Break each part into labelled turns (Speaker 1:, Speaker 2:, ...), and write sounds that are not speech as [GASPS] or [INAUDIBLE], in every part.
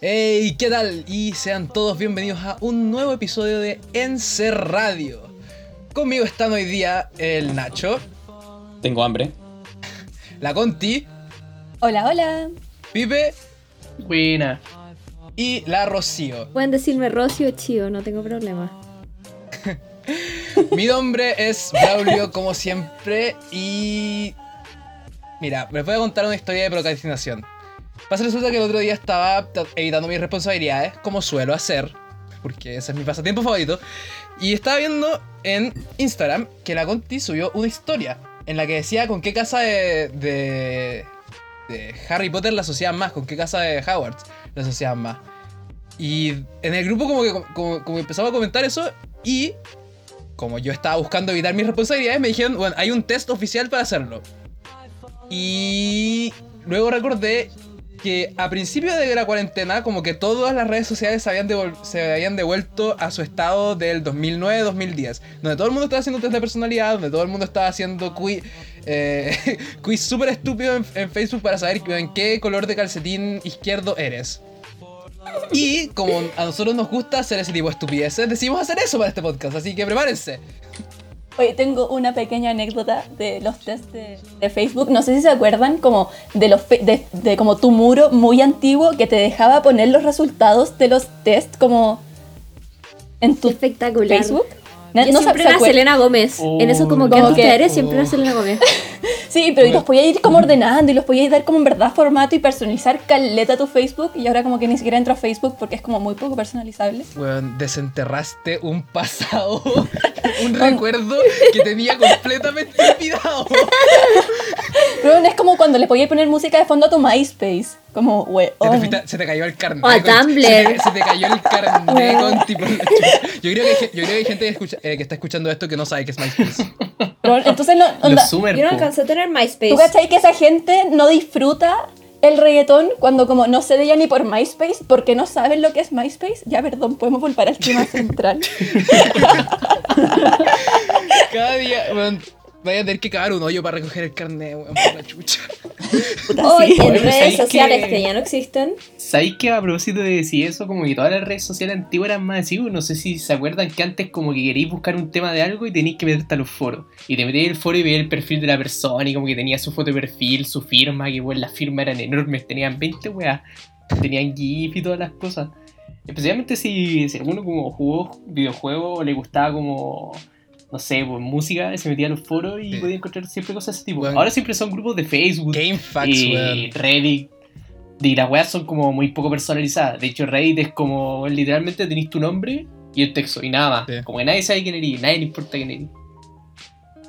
Speaker 1: Hey, ¿qué tal? Y sean todos bienvenidos a un nuevo episodio de Ence Radio. Conmigo están hoy día el Nacho,
Speaker 2: Tengo hambre.
Speaker 1: la Conti,
Speaker 3: Hola, hola.
Speaker 1: Pipe
Speaker 4: Buena.
Speaker 1: y la Rocío.
Speaker 3: Pueden decirme Rosy o Chío, no tengo problema.
Speaker 1: Mi nombre es Braulio, como siempre, y. Mira, les voy a contar una historia de procrastinación. Pasa resulta que el otro día estaba ta- evitando mis responsabilidades, como suelo hacer, porque ese es mi pasatiempo favorito, y estaba viendo en Instagram que la Conti subió una historia en la que decía con qué casa de. de, de Harry Potter la asociaban más, con qué casa de Howard la asociaban más. Y en el grupo, como que como, como empezaba a comentar eso, y como yo estaba buscando evitar mis responsabilidades, me dijeron, bueno, hay un test oficial para hacerlo. Y luego recordé que a principio de la cuarentena, como que todas las redes sociales se habían, devol- se habían devuelto a su estado del 2009-2010, donde todo el mundo estaba haciendo test de personalidad, donde todo el mundo estaba haciendo quiz, eh, [LAUGHS] quiz súper estúpido en, en Facebook para saber en qué color de calcetín izquierdo eres. Y como a nosotros nos gusta hacer ese tipo de estupideces, decidimos hacer eso para este podcast, así que prepárense.
Speaker 3: Oye, tengo una pequeña anécdota de los test de, de Facebook. No sé si se acuerdan como de los fe- de, de como tu muro muy antiguo que te dejaba poner los resultados de los test como en tu
Speaker 5: Espectacular.
Speaker 3: Facebook.
Speaker 5: Yo
Speaker 3: No se-
Speaker 5: siempre
Speaker 3: se
Speaker 5: era
Speaker 3: acuer-
Speaker 5: Selena Gómez. en eso como que
Speaker 3: Como
Speaker 5: antes
Speaker 3: que-
Speaker 5: que eres, siempre era Selena Gómez.
Speaker 3: Sí, [LAUGHS] pero y los podías ir como ordenando y los podías dar como en verdad formato y personalizar caleta tu Facebook. Y ahora como que ni siquiera entro a Facebook porque es como muy poco personalizable.
Speaker 1: Weón, desenterraste un pasado, un recuerdo que tenía completamente olvidado.
Speaker 3: Pero es como cuando le podías poner música de fondo a tu MySpace. Como, weón.
Speaker 1: Se te, fuiste- se te cayó el carnet.
Speaker 5: O a
Speaker 1: con-
Speaker 5: Tumblr.
Speaker 1: Se, te- se te cayó el carnet con tipo. [LAUGHS] Yo creo que, hay gen- yo creo que hay gente que, escucha- eh, que está escuchando esto que no sabe que es MySpace.
Speaker 3: Pero
Speaker 1: [LAUGHS]
Speaker 3: entonces no. onda,
Speaker 4: Los Summer.
Speaker 5: Yo no
Speaker 4: po.
Speaker 5: alcancé a tener MySpace.
Speaker 3: ¿Tú cachai que esa gente no disfruta el reggaetón cuando como no se veía ni por MySpace porque no saben lo que es MySpace? Ya, perdón, podemos volver al tema central.
Speaker 1: Cada día, weón, vaya a tener que cavar un hoyo para recoger el carnet, weón, por la chucha.
Speaker 5: Hoy
Speaker 4: Bueno,
Speaker 5: en redes
Speaker 4: ¿sabéis
Speaker 5: sociales
Speaker 4: qué?
Speaker 5: que ya no existen.
Speaker 4: ¿Sabéis que a propósito de decir eso, como que todas las redes sociales antiguas eran más así? No sé si se acuerdan que antes como que queréis buscar un tema de algo y tenéis que meterte a los foros. Y te metéis el foro y veías el perfil de la persona y como que tenía su foto de perfil, su firma, que bueno, las firmas eran enormes, tenían 20 weas, tenían GIF y todas las cosas. Especialmente si, si alguno como jugó videojuegos o le gustaba como... No sé, pues música, se metía a los foros y
Speaker 1: Sí.
Speaker 4: podía encontrar siempre cosas de ese tipo.
Speaker 1: Bueno.
Speaker 4: Ahora siempre son grupos de Facebook,
Speaker 1: Game facts,
Speaker 4: y
Speaker 1: weón.
Speaker 4: Reddit y las weas son como muy poco personalizadas. De hecho, Reddit es como literalmente tenés tu nombre y el texto y nada más.
Speaker 1: Sí.
Speaker 4: Como que nadie sabe quién eres, nadie le importa quién eres.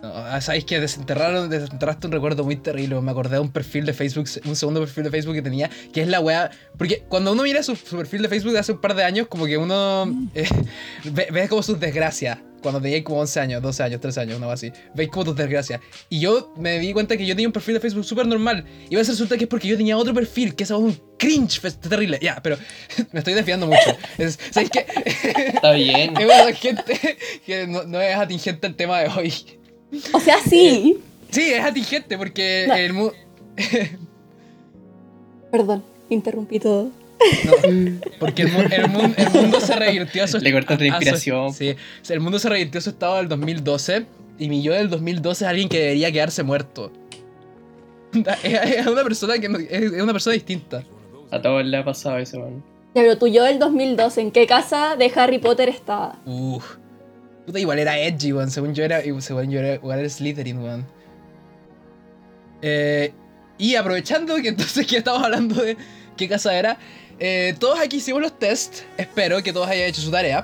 Speaker 1: No, ah, sabéis que desenterraron, desenterraste un recuerdo muy terrible. Me acordé de un perfil de Facebook, un segundo perfil de Facebook que tenía, que es la weá. Porque cuando uno mira su, su perfil de Facebook de hace un par de años, como que uno eh, [LAUGHS] ve, ve como sus desgracias. Cuando tenía como 11 años, 12 años, 13 años, una cosa así. Veis como tus desgracias. Y yo me di cuenta que yo tenía un perfil de Facebook súper normal. Y a veces resulta que es porque yo tenía otro perfil, que esa weá es un cringe fest- terrible. Ya, pero [LAUGHS] me estoy desviando mucho. Es- ¿Sabéis qué? [LAUGHS]
Speaker 4: Está bien.
Speaker 1: Es una gente que no, no es atingente al tema de hoy.
Speaker 3: O sea, sí.
Speaker 1: Sí, es atingente porque
Speaker 3: No.
Speaker 1: el mu-
Speaker 3: Perdón, interrumpí todo.
Speaker 1: porque el, mu- el mun- el mundo se revirtió a su
Speaker 4: Le cortaste la
Speaker 1: a su-
Speaker 4: inspiración.
Speaker 1: sí, O sea, el mundo se revirtió a su estado del 2012 y mi yo del 2012 es alguien que debería quedarse muerto. [LAUGHS] Es es una persona que no- es es una persona distinta.
Speaker 4: A todos le ha pasado eso, man.
Speaker 3: Ya, pero tú yo del 2012, ¿en qué casa de Harry Potter estaba?
Speaker 1: Uf. Puta, igual era edgy, weón. Según yo era, según yo era, igual era Slytherin, weón. Eh, y aprovechando que entonces que estamos hablando de qué casa era, eh, todos aquí hicimos los tests. Espero que todos hayan hecho su tarea.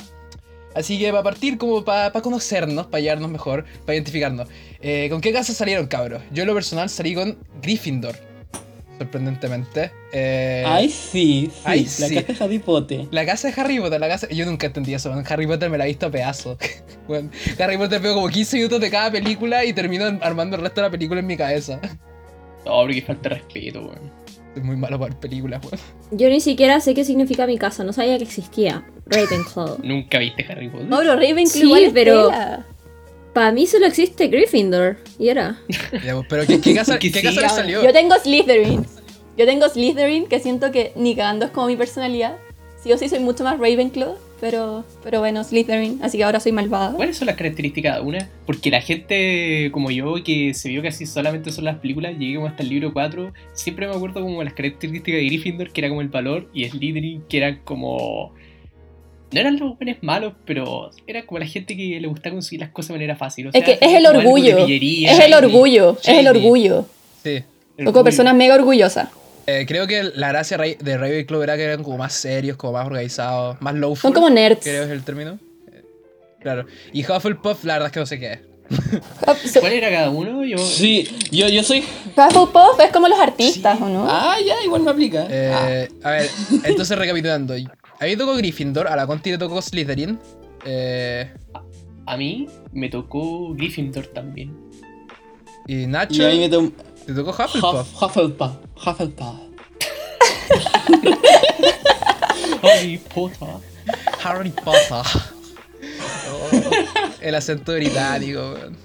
Speaker 1: Así que para partir, como para conocernos, para hallarnos mejor, para identificarnos. Eh, ¿Con qué casa salieron, cabros? Yo en lo personal salí con Gryffindor. Sorprendentemente. Eh,
Speaker 2: Ay, sí, sí.
Speaker 1: Ay,
Speaker 2: la
Speaker 1: sí.
Speaker 2: casa de Harry Potter.
Speaker 1: la casa de Harry Potter, la casa. Yo nunca entendí eso, weón. Harry Potter me la he visto a pedazos. [LAUGHS] Weón, Harry Potter veo como 15 minutos de cada película y termino armando el resto de la película en mi cabeza. [LAUGHS]
Speaker 4: No, porque falta de respeto, weón.
Speaker 1: Soy muy malo para ver películas, weón.
Speaker 5: Yo ni siquiera sé qué significa mi casa, no sabía que existía. Ravenclaw.
Speaker 4: Nunca viste Harry Potter.
Speaker 3: Mauro Ravenclaw
Speaker 5: Sí,
Speaker 3: igual es
Speaker 5: pero-
Speaker 3: tela.
Speaker 5: Para mí solo existe Gryffindor. Y era.
Speaker 1: Ya, pues, pero ¿qué, qué casa,
Speaker 4: Que
Speaker 1: qué
Speaker 4: sí,
Speaker 1: casa le
Speaker 4: ahora.
Speaker 1: salió?
Speaker 3: Yo tengo Slytherin. Yo tengo Slytherin, que siento que ni cagando es como mi personalidad. Sí o sí soy mucho más Ravenclaw, pero, pero bueno, Slytherin, así que ahora soy malvada.
Speaker 4: ¿Cuáles son las características de una? Porque la gente como yo, que se vio casi solamente son las películas, llegué como hasta el libro 4, siempre me acuerdo como las características de Gryffindor, que era como el valor, y Slytherin, que eran como... No eran los buenos malos, pero era como la gente que le gusta conseguir las cosas de manera fácil. o
Speaker 3: Es
Speaker 4: sea,
Speaker 3: que es el
Speaker 4: como algo de
Speaker 3: orgullo,
Speaker 4: pillería,
Speaker 3: es el
Speaker 4: shiny,
Speaker 3: orgullo, es el
Speaker 4: shiny,
Speaker 3: orgullo.
Speaker 1: Sí.
Speaker 4: el
Speaker 3: Loco,
Speaker 4: orgullo.
Speaker 3: personas mega orgullosas.
Speaker 1: Eh, creo que la gracia ra- de Ravenclaw era que eran como más serios, como más organizados, más low
Speaker 3: Son como nerds.
Speaker 1: Creo es el término. Eh, Claro. Y Hufflepuff, la verdad es que no sé qué es.
Speaker 3: Huff- Ah, so-
Speaker 4: ¿Cuál era cada uno? Yo...
Speaker 2: Sí, yo, yo soy.
Speaker 3: Hufflepuff es como los artistas, ¿o no?
Speaker 2: Ah, ya, igual me aplica. Ah,
Speaker 1: Eh, A ver, entonces recapitulando. A mí tocó Gryffindor, a la Conti le tocó Slytherin. Eh,
Speaker 4: A mí me tocó Gryffindor también.
Speaker 1: y
Speaker 2: Ah,
Speaker 1: Nacho,
Speaker 2: y a mí me tomo.
Speaker 1: te tocó Hufflepuff.
Speaker 2: Huff- Hufflepuff. Hufflepuff.
Speaker 4: Harry Potter.
Speaker 1: Harry Potter. Oh, el acento británico, weón.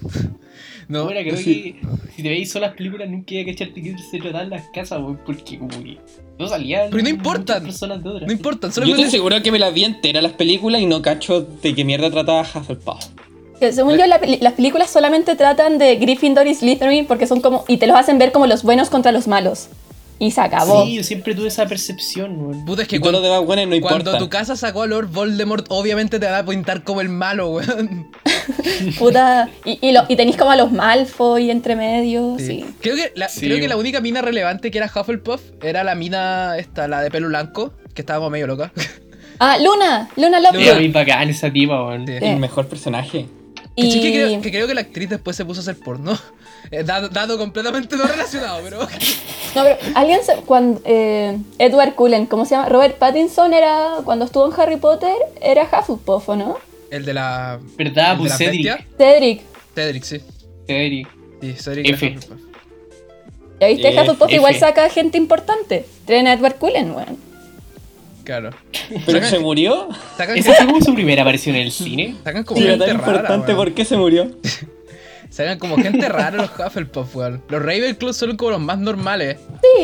Speaker 1: No,
Speaker 4: Ahora creo
Speaker 2: sí.
Speaker 4: que si te veis solo las películas nunca iba a cachar de qué se trataban las casas, weón, porque como que no salían
Speaker 1: Pero no
Speaker 4: muchas
Speaker 1: importan.
Speaker 4: personas de otras.
Speaker 1: no importa,
Speaker 2: Yo
Speaker 1: solo
Speaker 2: estoy
Speaker 1: me
Speaker 2: seguro que me las vi enteras las películas y no cacho de qué mierda trataba Hufflepuff.
Speaker 3: Que según yo, la peli- las películas solamente tratan de Gryffindor y Slytherin porque son como. y te los hacen ver como los buenos contra los malos. Y se acabó.
Speaker 4: Sí, yo siempre tuve esa percepción, weón.
Speaker 1: Puta, es
Speaker 2: Que
Speaker 1: que
Speaker 2: todos
Speaker 1: cuando,
Speaker 2: los demás buenos no
Speaker 1: cuando
Speaker 2: importa.
Speaker 1: tu casa sacó a Lord Voldemort, obviamente te van a pintar como el malo, weón. [LAUGHS]
Speaker 3: Puta. Y, y, lo- y tenéis como a los Malfoy entre medio. Sí.
Speaker 1: Creo que, la,
Speaker 4: Sí,
Speaker 1: creo que
Speaker 4: weón.
Speaker 1: la única mina relevante que era Hufflepuff era la mina esta, la de pelo blanco, que estaba como medio loca. [LAUGHS]
Speaker 3: Ah, Luna. Luna
Speaker 1: Luna.
Speaker 4: Era
Speaker 3: Lovegood.
Speaker 4: muy bacán esa tipa, weón.
Speaker 1: Sí.
Speaker 2: El mejor personaje.
Speaker 1: Que sí
Speaker 3: Y-
Speaker 1: que creo, que creo que la actriz después se puso a hacer porno. Eh, dado, dado completamente no relacionado,
Speaker 4: [LAUGHS]
Speaker 1: pero.
Speaker 3: No, pero alguien se- cuando eh, Edward Cullen, ¿cómo se llama? Robert Pattinson era cuando estuvo en Harry Potter era Hufflepuff, ¿o no?
Speaker 1: El de la.
Speaker 4: ¿Verdad?
Speaker 1: el de
Speaker 4: Pues
Speaker 1: la
Speaker 4: Cedric.
Speaker 1: bestia.
Speaker 3: Cedric.
Speaker 1: Cedric, sí. [LAUGHS]
Speaker 4: Cedric.
Speaker 1: Sí, Cedric era
Speaker 4: F.
Speaker 1: Hufflepuff.
Speaker 3: Ya viste,
Speaker 2: Eh,
Speaker 3: Hufflepuff
Speaker 4: F.
Speaker 3: igual saca gente importante. Traen a Edward Cullen, weón.
Speaker 1: Claro.
Speaker 2: ¿Pero
Speaker 1: [LAUGHS]
Speaker 2: se murió?
Speaker 1: Sacan,
Speaker 4: Esa fue como su primera aparición en
Speaker 1: [LAUGHS]
Speaker 4: el cine.
Speaker 1: sacan como
Speaker 2: Si era
Speaker 1: gente
Speaker 2: tan
Speaker 1: rara.
Speaker 2: importante,
Speaker 1: weón.
Speaker 2: ¿por qué se murió?
Speaker 1: Sacan como gente rara los Hufflepuff, weón. Los Ravenclaw son como los más normales.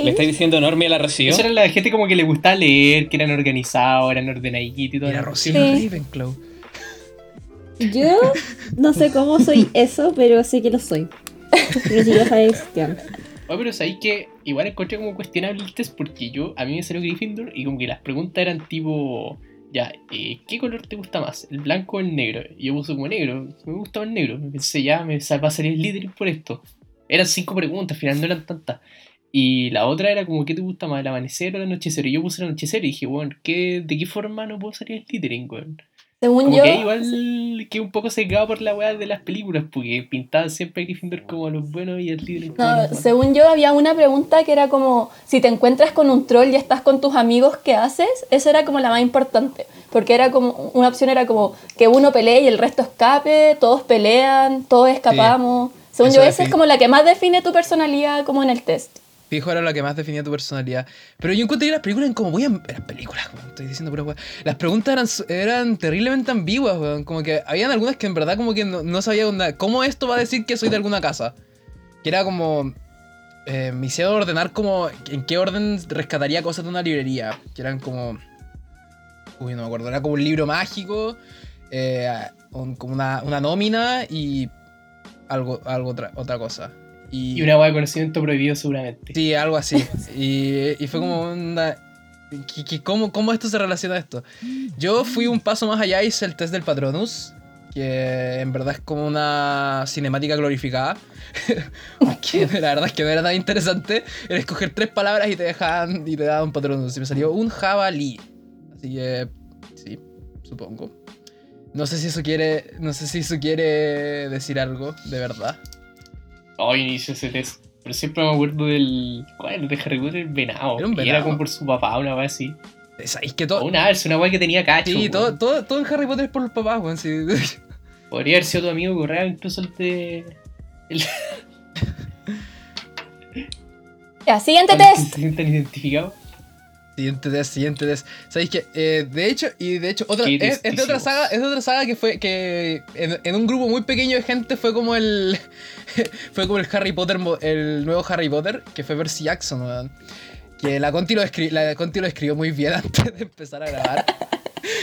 Speaker 2: ¿Le estáis diciendo enorme la recibió?
Speaker 4: Esa era la gente como que le gustaba leer, que eran organizados, eran ordenaditos y todo.
Speaker 1: Mira, Rocío
Speaker 5: Sí.
Speaker 1: Ravenclaw.
Speaker 5: Yo no sé cómo soy eso, pero sé que lo soy. Pero si yo sabía que existían.
Speaker 4: Oye, pero sabéis que igual encontré como cuestionable el test porque yo, a mí me salió Gryffindor y como que las preguntas eran tipo, ya, eh, ¿qué color te gusta más? ¿El blanco o el negro? Y yo puse como negro, me gustaba el negro, me pensé ya, me sa- va a salir Slytherin por esto. Eran cinco preguntas, al final no eran tantas. Y la otra era como, ¿qué te gusta más, el amanecer o el anochecer? Y yo puse el anochecer y dije, bueno, ¿qué, ¿de qué forma no puedo salir Slytherin, weón?
Speaker 3: Según
Speaker 4: Como
Speaker 3: yo.
Speaker 4: que ahí igual que un poco sesgado por la weá de las películas, porque pintaban siempre a Gryffindor como los buenos y a Slytherin como
Speaker 3: No,
Speaker 4: los malos.
Speaker 3: según yo había una pregunta que era como si te encuentras con un troll y estás con tus amigos, ¿qué haces? Esa era como la más importante, porque era como una opción era como que uno pelee y el resto escape, todos pelean, todos escapamos. Según
Speaker 1: Eso
Speaker 3: yo esa
Speaker 1: defini-
Speaker 3: es como la que más define tu personalidad como en el test.
Speaker 1: Fijo era la que más definía tu personalidad. Pero yo encontré que las películas eran como muy. am- Las películas, weón, estoy diciendo pura weá. Las preguntas eran, su- eran terriblemente ambiguas, weón. Como que habían algunas que en verdad como que no, no sabía onda, cómo esto va a decir que soy de alguna casa. Que era como. eh, me hicieron ordenar como. ¿En qué orden rescataría cosas de una librería? Que eran como. Uy, no me acuerdo. Era como un libro mágico. eh, un- como una, una nómina y. Algo, algo otra, otra cosa. Y,
Speaker 4: Y una weá de conocimiento prohibido seguramente.
Speaker 1: Sí, algo así. Y, y fue como una... ¿qué- qué- ¿Cómo, ¿Cómo esto se relaciona a esto? Yo fui un paso más allá y hice el test del Patronus, que en verdad es como una cinemática glorificada. [LAUGHS] que la verdad es que no era nada interesante. Era escoger tres palabras y te dejaban y te daban un Patronus. Y me salió un jabalí. Así que, sí, supongo. No sé si eso quiere, no sé si eso quiere decir algo, de verdad.
Speaker 4: Hoy inicio ese test. Pero siempre me acuerdo del. ¿Cuál? era? De Harry Potter, el venado.
Speaker 1: Era un
Speaker 4: Y era
Speaker 1: venado.
Speaker 4: como por su papá, una weá así.
Speaker 1: Sabéis que
Speaker 4: O
Speaker 1: todo,
Speaker 4: una alza, una weá que tenía cacho.
Speaker 1: Sí,
Speaker 4: weón.
Speaker 1: todo, todo, todo en Harry Potter es por los papás, weón. sí.
Speaker 4: Podría haber sido tu amigo Correa, incluso el de.
Speaker 3: Ya, siguiente
Speaker 4: con el que
Speaker 3: test.
Speaker 4: Se sientan identificados.
Speaker 1: [LAUGHS] Siguiente test, siguiente test. Sabéis que, eh, de hecho, y de hecho, otra,
Speaker 4: Qué
Speaker 1: es, es de otra
Speaker 4: testísimos.
Speaker 1: saga, es de otra saga que fue, que en, en un grupo muy pequeño de gente fue como el, [LAUGHS] fue como el Harry Potter, mo- el nuevo Harry Potter, que fue Percy Jackson, weón. que la Conti lo, escri- la Conti lo escribió muy bien [LAUGHS] antes de empezar a grabar.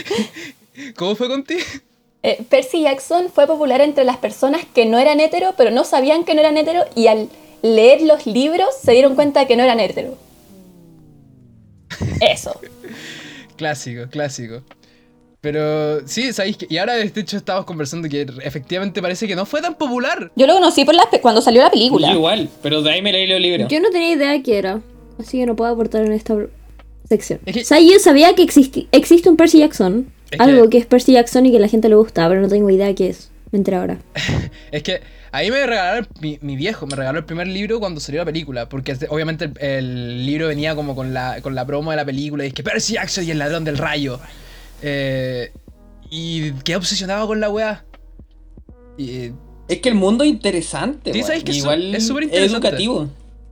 Speaker 1: [LAUGHS] ¿Cómo fue Conti? [LAUGHS]
Speaker 3: Eh, Percy Jackson fue popular entre las personas que no eran hetero, pero no sabían que no eran hetero y al leer los libros se dieron cuenta de que no eran hetero. Eso.
Speaker 1: Clásico, clásico. Pero sí, sabéis que. Y ahora, de hecho, estábamos conversando que efectivamente parece que no fue tan popular.
Speaker 3: Yo lo conocí por la, cuando salió la
Speaker 2: Yo
Speaker 3: película.
Speaker 2: igual, pero de ahí me leí los libros.
Speaker 5: Yo no tenía idea que era, así que no puedo aportar en esta sección.
Speaker 1: Es que-
Speaker 5: O sea, yo sabía que existi- existe un Percy Jackson,
Speaker 1: Es que-
Speaker 5: algo que es Percy Jackson y que la gente le gusta, pero no tengo idea qué es. Me enteré ahora.
Speaker 1: Es que ahí me regalaron, mi, mi viejo me regaló el primer libro cuando salió la película, porque este- obviamente el, el libro venía como con la, con la promo de la película, y es que Percy Jackson y el ladrón del rayo. Eh, y quedé obsesionado con la weá. Y,
Speaker 2: Es que el mundo es interesante.
Speaker 1: Sí,
Speaker 2: weón.
Speaker 1: sabes que es su-
Speaker 2: Igual
Speaker 1: es superinteresante.
Speaker 2: educativo.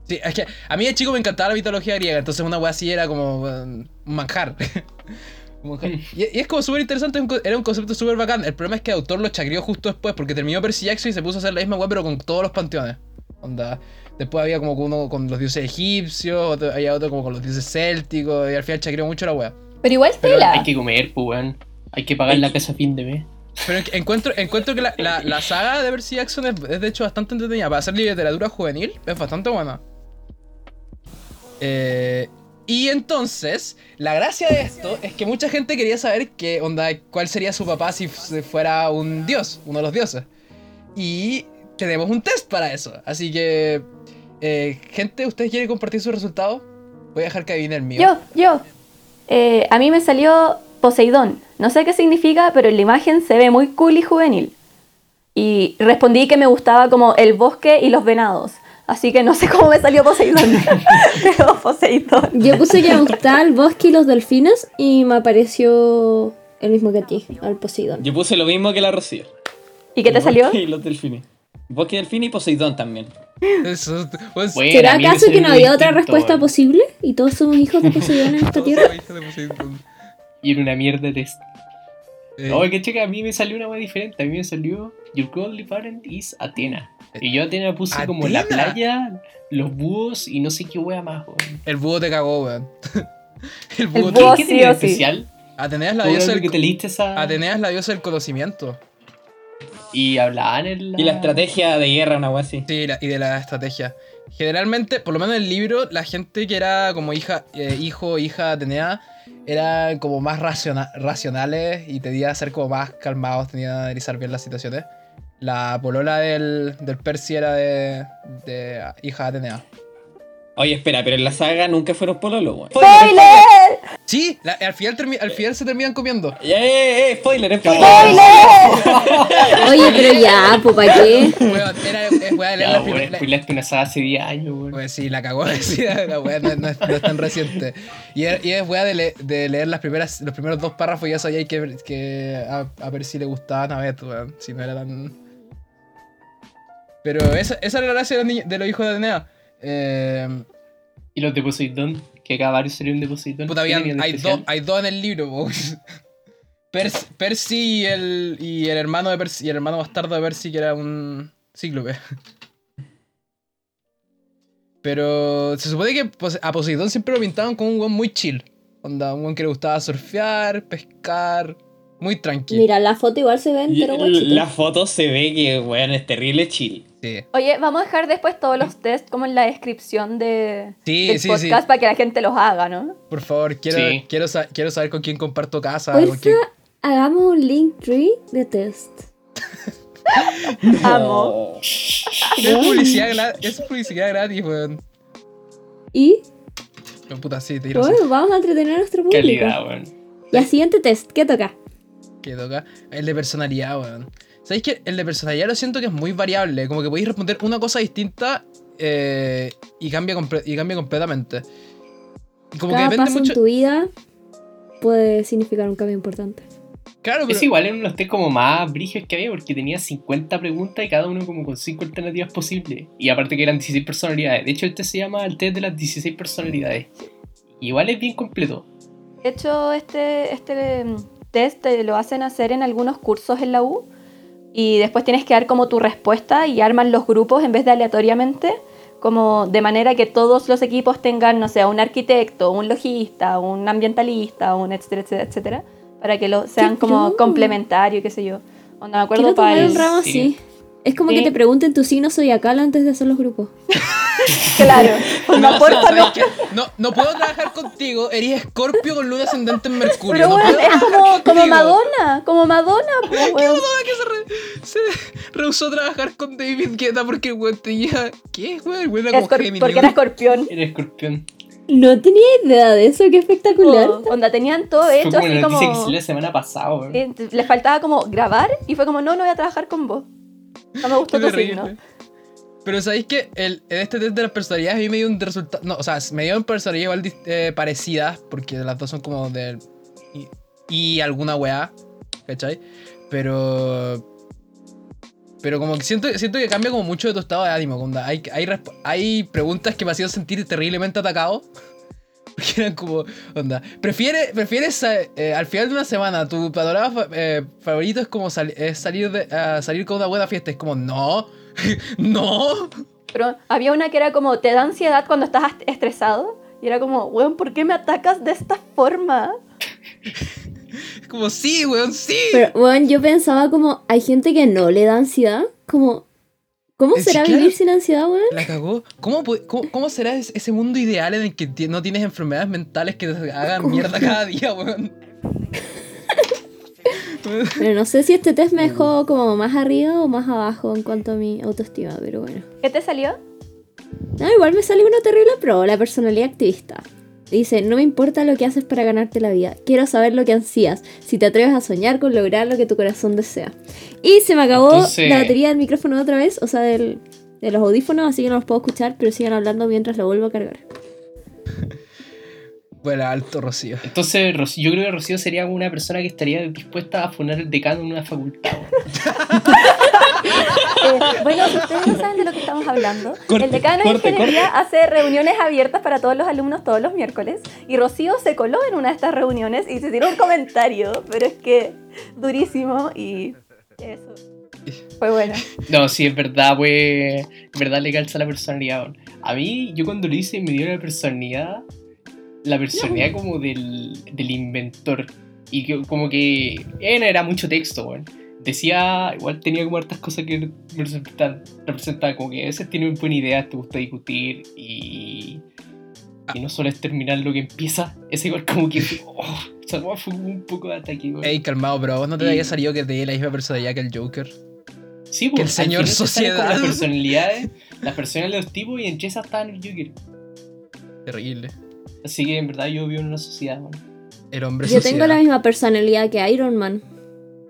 Speaker 1: sí, es que a mí de chico me encantaba la mitología griega, entonces una weá así era como um, un manjar. [LAUGHS] Un manjar. Y, y es como súper interesante, un co- era un concepto súper bacán. El problema es que el autor lo chagrió justo después, porque terminó Percy Jackson y se puso a hacer la misma weá, pero con todos los panteones. Onda. Después había como uno con los dioses egipcios, otro- había otro como con los dioses célticos, y al final chagrió mucho la weá.
Speaker 3: Pero igual
Speaker 4: Hay
Speaker 3: tela.
Speaker 4: que comer, pues, weón. Hay que pagar la casa a fin de mes.
Speaker 1: Pero en- encuentro, encuentro que la, la- la saga de Percy Jackson es, es de hecho bastante entretenida. Para hacer literatura juvenil es bastante buena. Eh, y entonces, la gracia de esto es que mucha gente quería saber qué onda, cuál sería su papá si f- fuera un dios, uno de los dioses. Y tenemos un test para eso. Así que, eh, gente, ¿ustedes quieren compartir sus resultados? Voy a dejar que adivine el mío.
Speaker 3: Yo, yo. Eh, a mí me salió Poseidón. No sé qué significa, pero en la imagen se ve muy cool y juvenil. Y respondí que me gustaba como el bosque y los venados. Así que no sé cómo me salió Poseidón. [LAUGHS] pero Poseidón.
Speaker 5: Yo puse que me gustaba el bosque y los delfines y me apareció el mismo que a ti, al Poseidón.
Speaker 2: Yo puse lo mismo que la Rocío.
Speaker 3: ¿Y qué te
Speaker 2: El
Speaker 3: salió?
Speaker 2: bosque Y los delfines. Bosque delfines y Poseidón también.
Speaker 1: Eso- pues,
Speaker 4: Bueno,
Speaker 5: ¿Será
Speaker 4: a mí me
Speaker 5: acaso que
Speaker 4: salió
Speaker 5: no había otra
Speaker 4: distinto,
Speaker 5: respuesta
Speaker 4: weón.
Speaker 5: posible? ¿Y todos somos
Speaker 1: [LAUGHS]
Speaker 5: hijos de Poseidón en esta
Speaker 1: eh. todos
Speaker 5: tierra?
Speaker 1: sabéis que le puse un-
Speaker 4: Y era una mierda de test.
Speaker 1: Eh,
Speaker 4: Oye, que checa, a mí me salió una wea diferente. A mí me salió Your Godly Parent is Athena. Y yo Athena puse como la
Speaker 1: Eh, ¿Athena?
Speaker 4: playa, los búhos y no sé qué wea más, weón.
Speaker 1: El búho te cagó, weón. [LAUGHS] El búho
Speaker 3: El
Speaker 1: te...
Speaker 3: búho-
Speaker 4: ¿Qué
Speaker 3: sí
Speaker 4: tenía
Speaker 3: o
Speaker 4: de
Speaker 3: sí.
Speaker 4: especial?
Speaker 1: Atenea es la
Speaker 4: Todo
Speaker 1: diosa
Speaker 4: lo
Speaker 1: del...
Speaker 4: que te leíste esa...
Speaker 1: Atenea es la diosa del conocimiento.
Speaker 4: Y hablaban en la...
Speaker 2: Y la estrategia de guerra, una wea así.
Speaker 1: Sí, la- y de la estrategia. Generalmente, por lo menos en el libro, la gente que era como hija, eh, hijo, hija de Atenea, eran como más raciona- racionales y tendían a ser como más calmados, tenían a analizar bien las situaciones. La polola del, del Percy era de, de hija de Atenea.
Speaker 2: Oye, espera, pero en la saga nunca fueron pololo, weón.
Speaker 3: ¡Spoiler!
Speaker 1: Sí, la- al, final termi- al final se terminan comiendo.
Speaker 2: ¡Eh, eh, eh! ¡Spoiler, spoiler!
Speaker 3: ¡Spoiler!
Speaker 5: Oye, pero ya, pues ¿para qué?
Speaker 1: Weón, era, es weá de leer
Speaker 4: Ya,
Speaker 1: la
Speaker 4: weón,
Speaker 1: primera- la-
Speaker 4: spoilaste una saga hace 10 años, weón.
Speaker 1: Pues sí, la cagó, [LAUGHS] sí, la weá no, no es, no es tan reciente. Y es, y es weá de, le- de leer las primeras, los primeros dos párrafos y ya sabía que, que a, a ver si le gustaban a Beth, weón, si no era tan... Pero esa, esa era la gracia de los, niños- de los hijos de Atenea. Eh,
Speaker 4: Y los de Poseidón, que acá varios salieron de Poseidón.
Speaker 1: puta,
Speaker 4: ¿Qué
Speaker 1: habían-
Speaker 4: tenían de
Speaker 1: hay,
Speaker 4: especial?
Speaker 1: dos, hay dos en el libro, weón. Pers- [LAUGHS] Percy y el, y el hermano de Percy, y el hermano bastardo de Percy que era un cíclope. [LAUGHS] Pero se supone que Pose- a Poseidón siempre lo pintaban como un weón muy chill. Onda, un weón que le gustaba surfear, pescar, muy tranquilo.
Speaker 5: Mira, la foto igual se ve
Speaker 2: Y
Speaker 5: entero guachito.
Speaker 2: La foto se ve que, weón, es terrible chill.
Speaker 1: Sí,
Speaker 3: Oye, vamos a dejar después todos los tests como en la descripción de,
Speaker 1: Sí,
Speaker 3: del
Speaker 1: sí,
Speaker 3: podcast
Speaker 1: sí.
Speaker 3: para que la gente los haga, ¿no?
Speaker 1: por favor, quiero,
Speaker 4: Sí.
Speaker 1: quiero, sa- quiero saber con quién comparto casa. con
Speaker 5: Porfa,
Speaker 1: quién- [LAUGHS]
Speaker 5: hagamos un link tree de test.
Speaker 3: Amo.
Speaker 2: Oh.
Speaker 1: Es publicidad, gra- es publicidad gratis, weón.
Speaker 5: Y,
Speaker 1: Pero puta, sí, te tiro
Speaker 5: bueno, vamos a entretener a nuestro público.
Speaker 4: Calidad, weón.
Speaker 5: Y al siguiente test, ¿qué toca?
Speaker 1: que toca. El de personalidad, weón. ¿Sabéis que el de personalidad lo siento que es muy variable? Como que podéis responder una cosa distinta eh, y, cambia comple- y cambia completamente. Y Como
Speaker 5: Cada
Speaker 1: que depende
Speaker 5: paso
Speaker 1: mucho.
Speaker 5: en tu vida puede significar un cambio importante.
Speaker 1: Claro, pero.
Speaker 4: Es igual, eran unos test como más brigios que había, porque tenía 50 preguntas y cada uno como con 5 alternativas posibles. Y aparte que eran 16 personalidades. De hecho, este se llama el test de las 16 personalidades. Igual es bien completo.
Speaker 3: De hecho, este, este mm, test te lo hacen hacer en algunos cursos en la U y después tienes que dar como tu respuesta y arman los grupos en vez de aleatoriamente como de manera que todos los equipos tengan, no sé, un arquitecto, un logista, un ambientalista, un etcétera, etcétera, etcétera, para que lo sean
Speaker 5: Qué
Speaker 3: como
Speaker 5: cool.
Speaker 3: complementarios, qué sé yo. O no me acuerdo
Speaker 5: Quiero tomar
Speaker 3: para
Speaker 5: un ramo así. Es como
Speaker 3: Sí.
Speaker 5: que te pregunten tu signo zodiacal antes de hacer los grupos.
Speaker 1: [LAUGHS]
Speaker 3: Claro, pues una
Speaker 1: No,
Speaker 3: porfa,
Speaker 1: ¿sabes
Speaker 3: no.
Speaker 1: qué? no, no puedo trabajar contigo. Eres Scorpio con luna ascendente en Mercurio.
Speaker 3: Pero
Speaker 1: no
Speaker 3: bueno,
Speaker 1: puedo
Speaker 3: es
Speaker 1: [LAUGHS]
Speaker 3: como,
Speaker 1: trabajar
Speaker 3: como
Speaker 1: contigo.
Speaker 3: Madonna, como
Speaker 1: [LAUGHS]
Speaker 3: Madonna, pues, weón.
Speaker 1: Ah, que se, re- se rehusó a trabajar con David Guetta porque el weón tenía. ¿Qué, weón? El weón era como
Speaker 3: Escor-
Speaker 1: Gemini,
Speaker 3: porque
Speaker 1: weón. [LAUGHS]
Speaker 3: era escorpión.
Speaker 4: El escorpión.
Speaker 5: No tenía idea de eso, qué espectacular.
Speaker 3: Oh, onda, tenían todo
Speaker 4: Fue
Speaker 3: hecho
Speaker 4: como
Speaker 3: así
Speaker 4: la noticia que
Speaker 1: Oh.
Speaker 4: salió
Speaker 3: como.
Speaker 4: la semana pasada, weón.
Speaker 3: eh, Les faltaba como grabar y fue como, no, no voy a trabajar con vos. No me
Speaker 1: Qué
Speaker 3: gustó tu
Speaker 1: terrible.
Speaker 3: signo.
Speaker 1: Pero sabéis que el, en este test de las personalidades a mí me dio un resultado. No, o sea, me dio personalidades igual dis- eh, parecidas, porque las dos son como del. Y, y alguna weá, ¿cachai? Pero. Pero como que siento, siento que cambia como mucho de tu estado de ánimo. como Hay, hay, resp- hay preguntas que me hacían sentir terriblemente atacado. Porque eran como, onda, ¿prefieres, prefieres eh, eh, al final de una semana tu panorama fa- eh, favorito es como sal- es salir, de, ah, salir con una buena fiesta? Es como, no, [LAUGHS] no.
Speaker 3: Pero había una que era como, te da ansiedad cuando estás ast- estresado. Y era como, weón, ¿por qué me atacas de esta forma?
Speaker 1: Es como, sí, weón, sí.
Speaker 5: Pero, bueno, yo pensaba como, hay gente que no le da ansiedad, como, ¿cómo
Speaker 1: Eh, sí,
Speaker 5: será
Speaker 1: claro.
Speaker 5: vivir sin ansiedad,
Speaker 1: [LAUGHS]
Speaker 5: weón?
Speaker 1: La cagó. ¿Cómo, pu- cómo, cómo será es- ese mundo ideal en el que ti- no tienes enfermedades mentales que te
Speaker 5: [LAUGHS]
Speaker 1: hagan mierda cada día, weón?
Speaker 5: Pero no sé si este test me dejó como más arriba o más abajo en cuanto a mi autoestima, pero bueno.
Speaker 3: ¿Qué te salió?
Speaker 5: No, igual me sale una terrible pro, la personalidad activista. Dice, no me importa lo que haces para ganarte la vida, quiero saber lo que ansías, si te atreves a soñar con lograr lo que tu corazón desea. Y se me acabó
Speaker 4: Entonces-
Speaker 5: la batería del micrófono otra vez, o sea, del, de los audífonos, así que no los puedo escuchar, pero sigan hablando mientras lo vuelvo a cargar.
Speaker 1: Bueno, alto Rocío.
Speaker 4: Entonces, Rocío- yo creo que Rocío sería una persona que estaría dispuesta a funar el decano en una facultad. weón.
Speaker 3: Eh, bueno, si ustedes no saben de lo que estamos hablando,
Speaker 2: Corte,
Speaker 3: el decano de
Speaker 2: corte,
Speaker 3: ingeniería hace reuniones abiertas para todos los alumnos todos los miércoles y Rocío se coló en una de estas reuniones y se tiró un comentario, pero es que durísimo y eso. Fue bueno.
Speaker 4: No, sí, es verdad, pues. En verdad le calza la personalidad. weón. A mí, yo cuando lo hice, me dio la personalidad. La personalidad como del, del inventor. Y que- como que. Era, era mucho texto, weón. Decía, igual tenía como hartas cosas que me representan- representaban, como que a veces tienes buena idea, te gusta discutir y. Y no solo es terminar lo que empieza, es igual como que. [LAUGHS] Oh, esa weá fue un poco de ataque, weón.
Speaker 1: Ey, calmado, pero a vos no te
Speaker 4: Y-
Speaker 1: había salido que te di la misma personalidad que el Joker.
Speaker 4: Sí,
Speaker 1: Que el
Speaker 4: pues, al
Speaker 1: señor
Speaker 4: final te salen
Speaker 1: sociedad.
Speaker 4: como Las personalidades, las personalidades de los tipos y en Chesa están el Joker.
Speaker 1: Terrible.
Speaker 4: Así que en verdad yo vivo en una sociedad, weón.
Speaker 1: El hombre
Speaker 5: Yo
Speaker 1: sociedad.
Speaker 5: tengo la misma personalidad que Iron Man.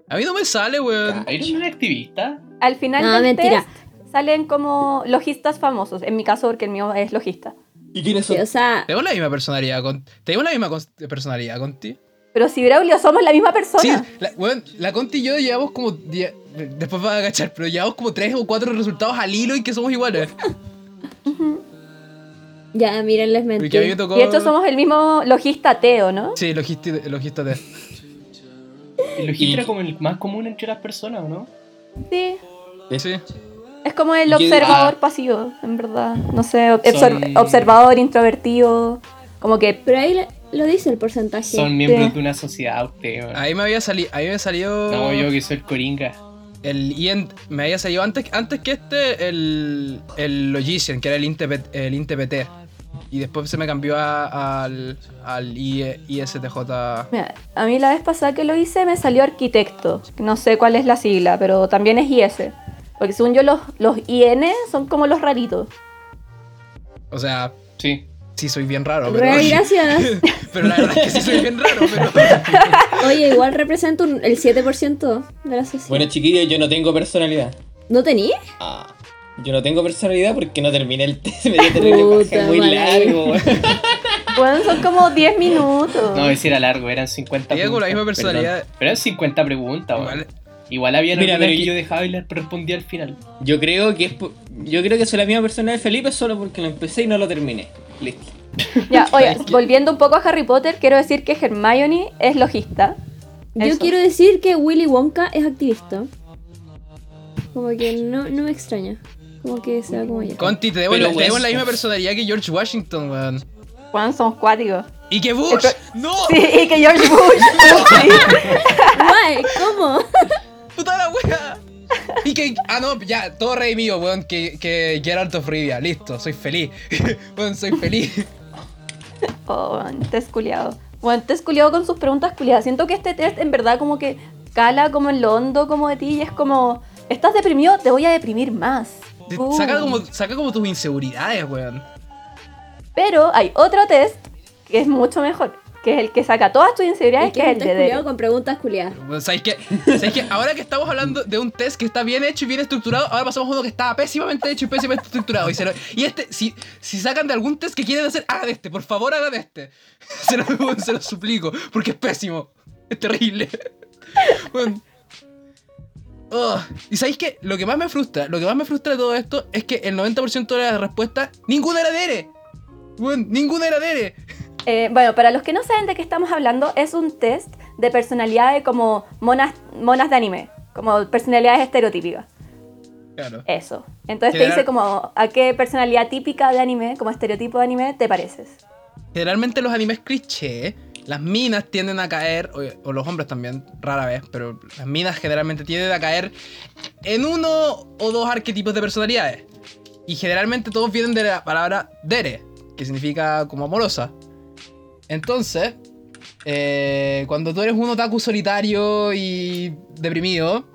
Speaker 1: A mí no me sale, weón.
Speaker 4: ¿Eres un activista?
Speaker 3: Al final
Speaker 5: No,
Speaker 3: del
Speaker 5: mentira.
Speaker 3: test salen como logistas famosos, en mi caso porque el mío es logista.
Speaker 2: ¿Y quiénes
Speaker 5: Sí,
Speaker 2: son?
Speaker 5: o sea,
Speaker 1: Tengo la misma personalidad con. Tengo la misma cons- personalidad con ti.
Speaker 3: Pero si Braulio somos la misma
Speaker 1: Sí,
Speaker 3: persona.
Speaker 1: la, weón, la Conti y yo llevamos como. die- Después va a agachar, pero llevamos como tres o cuatro resultados al hilo y que somos iguales.
Speaker 5: ya miren, les mentí.
Speaker 1: Porque a mí me tocó.
Speaker 3: Y de hecho somos el mismo logista ateo, ¿no?
Speaker 1: Sí, logisti, logista de.
Speaker 4: El
Speaker 2: Y-
Speaker 4: logista era como el más común entre las personas, ¿o ¿no?
Speaker 3: Sí.
Speaker 1: Sí.
Speaker 3: Es como el
Speaker 2: ¿Y quién-
Speaker 3: observador
Speaker 2: ah.
Speaker 3: pasivo, en verdad. No sé, ob- obser-
Speaker 4: Son-
Speaker 3: observador, introvertido. Como que.
Speaker 5: Pero ahí le- lo dice el porcentaje.
Speaker 4: Son miembros de una sociedad, usted, weón.
Speaker 1: Ahí me había salido. Ahí me salió.
Speaker 4: No, yo que soy el coringa.
Speaker 1: El Ian. Me había salido antes, antes que este, el. El Logician, que era el INTPT. El INTPT. Y después se me cambió a- al. Al IE ISTJ.
Speaker 3: mira, a mí la vez pasada que lo hice me salió arquitecto. No sé cuál es la sigla, pero también es IS. Porque según yo, los, los IN son como los raritos.
Speaker 1: O sea,
Speaker 4: Sí.
Speaker 1: sí soy bien raro, pero.
Speaker 5: Re, gracias.
Speaker 1: [LAUGHS] Pero la verdad es que sí soy bien raro, pero.
Speaker 5: Oye, igual represento un- el 7% de la sociedad.
Speaker 2: Bueno, chiquillos, yo no tengo personalidad.
Speaker 5: ¿No tenías?
Speaker 2: Ah, yo no tengo personalidad porque no terminé el [LAUGHS] test. Me dio terrible
Speaker 5: Puta
Speaker 2: paja, muy
Speaker 5: madre.
Speaker 2: largo, weón.
Speaker 3: Bueno, son como 10 minutos.
Speaker 4: No, ese era largo, eran 50
Speaker 1: Tenía como la misma
Speaker 4: preguntas,
Speaker 1: personalidad.
Speaker 4: perdón. Pero eran 50 preguntas, weón.
Speaker 1: Igual.
Speaker 4: Igual. había
Speaker 2: Mira,
Speaker 4: algunas
Speaker 2: pero
Speaker 4: que
Speaker 2: yo-
Speaker 4: yo dejaba y las respondía al final.
Speaker 2: Yo creo que es po- yo creo que soy la misma persona de Felipe solo porque lo empecé y no lo terminé. Listo.
Speaker 3: [LAUGHS] Ya, oye, volviendo un poco a Harry Potter, quiero decir que Hermione es logista.
Speaker 5: Yo
Speaker 3: Eso.
Speaker 5: quiero decir que Willy Wonka es activista. Como que no, no me extraña. como que sea como ya.
Speaker 1: Conti, te debemos, te
Speaker 2: Pero, weón,
Speaker 1: debemos la misma
Speaker 2: uf.
Speaker 1: personalidad que George Washington, weón.
Speaker 6: Juan, somos cuáticos.
Speaker 1: ¿Y que Bush? ¡No!
Speaker 6: Sí, y que
Speaker 3: [LAUGHS]
Speaker 6: George Bush. Sí.
Speaker 5: Guay, ¿Cómo?
Speaker 1: ¡Puta la wea! Y que. Ah, no, ya, todo rey mío, weón. Que, que Geralt of Rivia, listo, soy feliz. [LAUGHS] weón, soy feliz.
Speaker 6: Oh, te culiado.
Speaker 3: Bueno, te has culiado con sus preguntas culiadas. Siento que este test en verdad como que cala como en lo hondo como de ti y es como, estás deprimido, te voy a deprimir más.
Speaker 1: Te-
Speaker 3: Uh.
Speaker 1: Saca como, saca como tus inseguridades, weón.
Speaker 3: Pero hay otro test que es mucho mejor, que es el que saca todas tus inseguridades, que es el
Speaker 5: te
Speaker 3: de
Speaker 5: has
Speaker 3: Derek.
Speaker 5: culiado con preguntas culiadas.
Speaker 1: Bueno, Pues, ¿Sabes qué? ¿Sabes qué? Ahora que estamos hablando de un test que está bien hecho y bien estructurado, ahora pasamos a uno que estaba pésimamente hecho y pésimamente estructurado. Y, se lo- y este, si, si sacan de algún test que quieren hacer, hagan este, por favor, hagan este. [LAUGHS] Se lo, se lo suplico, porque es pésimo. Es terrible. [LAUGHS] Bueno. Ugh. Y sabéis que lo que más me frustra, lo que más me frustra de todo esto es que el 90% de las respuestas, ninguna era de Ere. Bueno, ninguna era de Ere.
Speaker 3: Eh, bueno, para los que no saben de qué estamos hablando, es un test de personalidades como monas, monas de anime, como personalidades estereotípicas.
Speaker 1: Claro.
Speaker 3: Eso. Entonces te
Speaker 1: General-
Speaker 3: dice como a qué personalidad típica de anime, como estereotipo de anime, te pareces.
Speaker 1: Generalmente los animes cliché, las minas tienden a caer, o, o los hombres también, rara vez, pero las minas generalmente tienden a caer en uno o dos arquetipos de personalidades. Y generalmente todos vienen de la palabra dere, que significa como amorosa. Entonces, eh, cuando tú eres un otaku solitario y deprimido,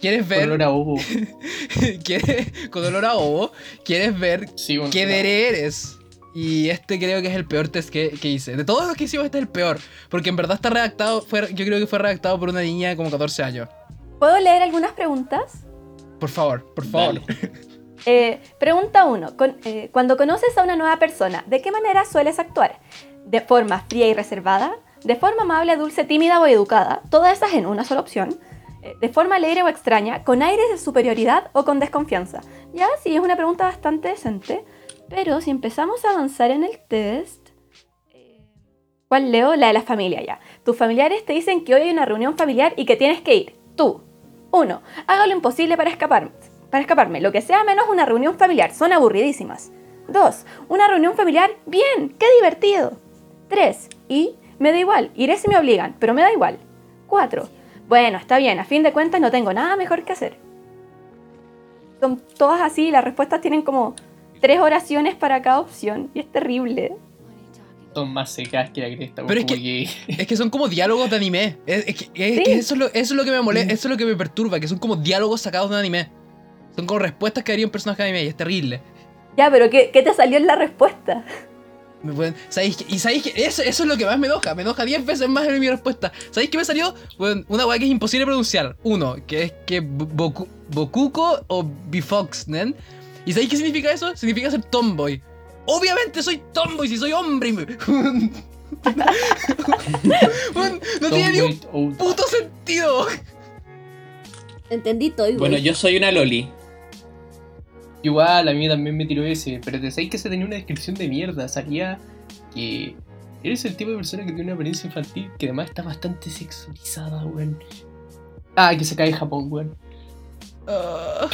Speaker 1: quieres ver...
Speaker 4: Olor a ovo.
Speaker 1: [LAUGHS] quieres- con olor a ovo, quieres ver
Speaker 4: Sí, bueno,
Speaker 1: ¿Qué
Speaker 4: olor a
Speaker 1: dere eres? Y este creo que es el peor test que, que hice. De todos los que hicimos, este es el peor. Porque en verdad está redactado, fue, yo creo que fue redactado por una niña de como 14 años.
Speaker 3: ¿Puedo leer algunas preguntas?
Speaker 1: Por favor, por favor.
Speaker 2: Dale.
Speaker 3: Eh, pregunta 1. cuando conoces a una nueva persona, ¿de qué manera sueles actuar? ¿De forma fría y reservada? ¿De forma amable, dulce, tímida o educada? Todas esas en una sola opción. Eh, ¿De forma alegre o extraña? ¿Con aires de superioridad o con desconfianza? Ya, sí, es una pregunta bastante decente. Pero si empezamos a avanzar en el test... eh, ¿Cuál leo? La de la familia ya. Tus familiares te dicen que hoy hay una reunión familiar y que tienes que ir. Tú. 1. Hago lo imposible para escaparme. Para escaparme, lo que sea menos una reunión familiar. Son aburridísimas. 2. Una reunión familiar. Bien, qué divertido. 3. Y me da igual. Iré si me obligan, pero me da igual. 4. Bueno, está bien. A fin de cuentas no tengo nada mejor que hacer. Son todas así. Las respuestas tienen como tres oraciones para cada opción. Y es terrible.
Speaker 4: Son más secas que la cresta.
Speaker 1: Pero
Speaker 4: Pero
Speaker 1: es Es que son como diálogos de anime. Es, es que, es
Speaker 3: Sí.
Speaker 1: que eso, es lo, eso es lo que me molesta, eso es lo que me perturba, que son como diálogos sacados de un anime. Son como respuestas que daría un personaje de anime y es terrible.
Speaker 3: Ya, pero ¿qué, qué te salió en la respuesta?
Speaker 1: Me pueden- ¿sabéis qué? Y sabéis que eso, eso es lo que más me enoja. Me enoja 10 veces más en mi respuesta. ¿Sabéis que me salió? Bueno, una weá que es imposible pronunciar. Uno, que es que bo- boku- Bokuko o Bifoxnen. ¿Y sabéis qué significa eso? Significa ser tomboy. Obviamente soy tomboy si soy hombre. [LAUGHS] y me- Bueno, no tiene ni un puto sentido.
Speaker 5: Entendí todo igual.
Speaker 2: Bueno, yo soy una Loli.
Speaker 4: Igual, a mí también me tiró ese, pero te sabéis que se tenía una descripción de mierda, salía que eres el tipo de persona que tiene una apariencia infantil que además está bastante sexualizada, weón. Ah, que se cae en Japón, weón.
Speaker 1: Ah,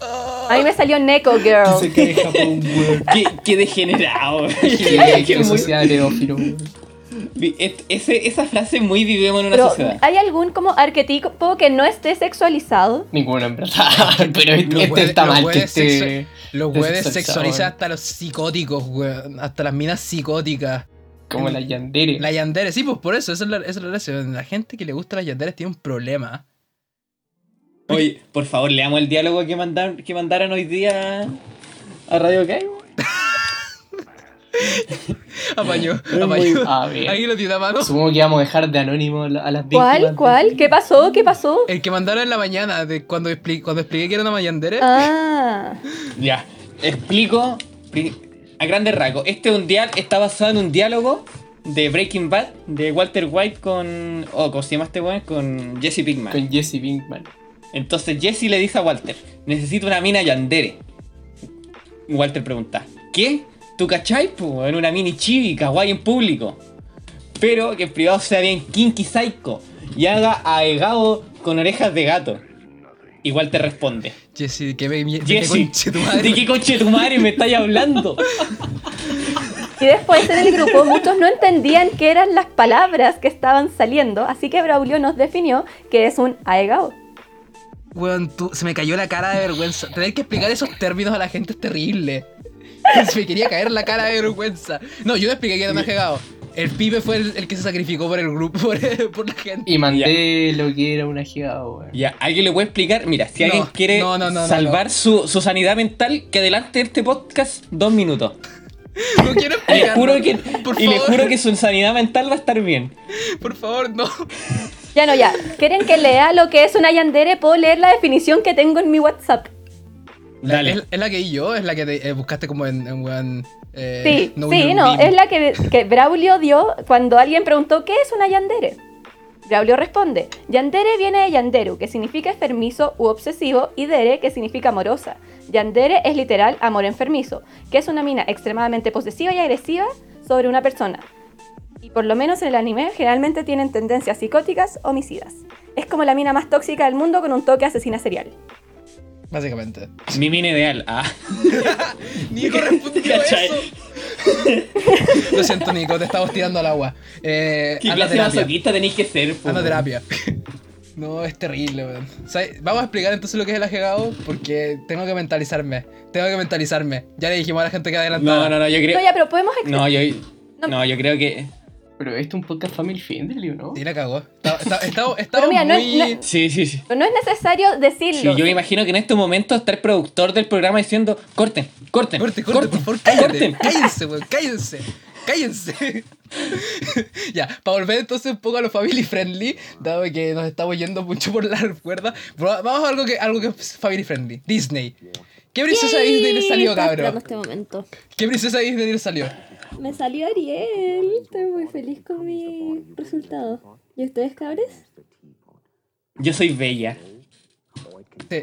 Speaker 1: ah.
Speaker 3: A mí me salió Neko Girl.
Speaker 4: Que se cae en Japón, weón.
Speaker 2: [LAUGHS] Qué, qué degenerado.
Speaker 4: Que que una
Speaker 2: Muy-
Speaker 4: sociedad pedófilo, weón.
Speaker 2: vi- es- ese- esa frase muy vivimos en una
Speaker 3: Pero,
Speaker 2: sociedad.
Speaker 3: ¿hay algún como arquetipo que no esté sexualizado?
Speaker 4: Ninguna, en verdad. [LAUGHS] Pero este,
Speaker 1: Los
Speaker 4: este
Speaker 1: weones-
Speaker 4: está
Speaker 1: los
Speaker 4: mal, que
Speaker 1: weones
Speaker 4: este.
Speaker 1: Los weones
Speaker 4: Desexualizados.
Speaker 1: sexualizan hasta los psicóticos, weón. Hasta las minas psicóticas.
Speaker 4: Como la Yandere.
Speaker 1: La Yandere, sí, pues por eso, esa es la, esa es la gracia. La gente que le gusta las Yanderes tiene un problema. [LAUGHS]
Speaker 2: Oye, por favor, leamos el diálogo que mandaron, que mandaron hoy día a Radio Caibo.
Speaker 1: Apañó,
Speaker 2: Es muy-
Speaker 1: apañó.
Speaker 4: A ver.
Speaker 1: Ahí lo tiene a mano.
Speaker 4: Supongo que vamos a dejar de anónimo a la- a las víctimas.
Speaker 3: ¿Cuál?
Speaker 4: de-
Speaker 3: ¿Cuál? ¿Qué pasó? ¿Qué pasó?
Speaker 1: El que mandaron en la mañana, de cuando, expli- cuando expliqué que era una Yandere.
Speaker 3: Ah,
Speaker 2: Ya, explico pri- a grandes rasgos. Este mundial está basado en un diálogo de Breaking Bad de Walter White con. Oh, ¿cómo se llama este weón? Con Jesse Pinkman.
Speaker 4: Con Jesse Pinkman.
Speaker 2: Entonces Jesse le dice a Walter, necesito una mina yandere. Walter pregunta, ¿qué? ¿Tú cachai? po? En una mini chibi, kawaii en público. Pero que en privado sea bien kinky psycho y haga aegado con orejas de gato. Igual te responde.
Speaker 1: Jesse, que me mie- de qué
Speaker 2: Jesse,
Speaker 1: conche tu madre.
Speaker 2: ¿de qué coche tu madre me estáis hablando?
Speaker 1: [LAUGHS]
Speaker 3: Y después en el grupo muchos no entendían qué eran las palabras que estaban saliendo, así que Braulio nos definió que es un aegao.
Speaker 1: Weón, tú- se me cayó la cara de vergüenza. Tener que explicar esos términos a la gente es terrible. [LAUGHS] Se me quería caer la cara de vergüenza. No, yo no expliqué que era más cagado. El pibe fue el, el que se sacrificó por el grupo, [LAUGHS] por, por la gente.
Speaker 4: Y mandé lo que era una giga, weón.
Speaker 2: Ya, ¿alguien le puede explicar? Mira, si
Speaker 1: No,
Speaker 2: alguien quiere
Speaker 1: no, no, no, no,
Speaker 2: salvar Su, su sanidad mental, que adelante este podcast dos minutos.
Speaker 1: No quiero
Speaker 2: Y le
Speaker 1: explicarlo.
Speaker 2: juro que,
Speaker 1: por
Speaker 2: y le
Speaker 1: favor,
Speaker 2: juro que su sanidad mental va a estar bien.
Speaker 1: Por favor, no.
Speaker 3: Ya no, ya. ¿Quieren que lea lo que es una yandere? Puedo leer la definición que tengo en mi WhatsApp.
Speaker 2: Dale.
Speaker 1: Es, es la que di yo, es la que te, eh, buscaste como en, en weón. eh,
Speaker 3: Sí, sí,
Speaker 1: Your
Speaker 3: no,
Speaker 1: Name.
Speaker 3: es la que, que Braulio dio cuando alguien preguntó ¿qué es una yandere? Braulio responde, yandere viene de yanderu, que significa enfermizo u obsesivo, y dere, que significa amorosa. Yandere es literal amor enfermizo, que es una mina extremadamente posesiva y agresiva sobre una persona. Y por lo menos en el anime generalmente tienen tendencias psicóticas, homicidas. Es como la mina más tóxica del mundo con un toque asesina serial.
Speaker 2: [LAUGHS]
Speaker 1: Básicamente.
Speaker 2: Mi mina ideal. Ah.
Speaker 1: Nico respondió
Speaker 2: ¿Cachai?
Speaker 1: eso. [LAUGHS] Lo siento, Nico, te estamos tirando al agua. Eh,
Speaker 2: [LAUGHS] ¿Qué
Speaker 1: anda a
Speaker 2: clase de
Speaker 1: terapia.
Speaker 2: masoquista tenéis que ser? po,
Speaker 1: Anda a
Speaker 2: weón?
Speaker 1: terapia. [LAUGHS] No, es terrible, weón. ¿Sabes? Vamos a explicar entonces lo que es el ajegado, porque tengo que mentalizarme. Tengo que mentalizarme. Ya le dijimos a la gente que adelantaba.
Speaker 2: No, no, no, yo creo.
Speaker 3: No, ya, pero podemos... ex-
Speaker 2: No, yo. No, yo creo que.
Speaker 4: Pero esto es un podcast family friendly, ¿o ¿no?
Speaker 1: Y la cagó. Está- está- está-
Speaker 3: Pero
Speaker 1: Estamos
Speaker 3: mira, no es-
Speaker 1: muy...
Speaker 3: no es-
Speaker 2: Sí, sí, sí.
Speaker 3: No es necesario
Speaker 2: Sí,
Speaker 3: decirlo.
Speaker 2: yo me imagino que en este momento está el productor del programa diciendo: corten, corten,
Speaker 1: Corte, corte, por favor, cállate. Cállense, weón, cállense. Cállense. [LAUGHS] ya, para volver entonces un poco a lo family friendly, dado que nos estamos yendo mucho por la cuerda, bro, vamos a algo que, algo que es family friendly. Disney. ¿Qué princesa
Speaker 5: Yay,
Speaker 1: Disney le salió,
Speaker 5: estaba esperando
Speaker 1: cabrón?
Speaker 5: este momento.
Speaker 1: ¿Qué princesa Disney le salió?
Speaker 5: Me salió Ariel. Estoy muy feliz con mi resultado. ¿Y ustedes, cabres?
Speaker 2: Yo soy bella.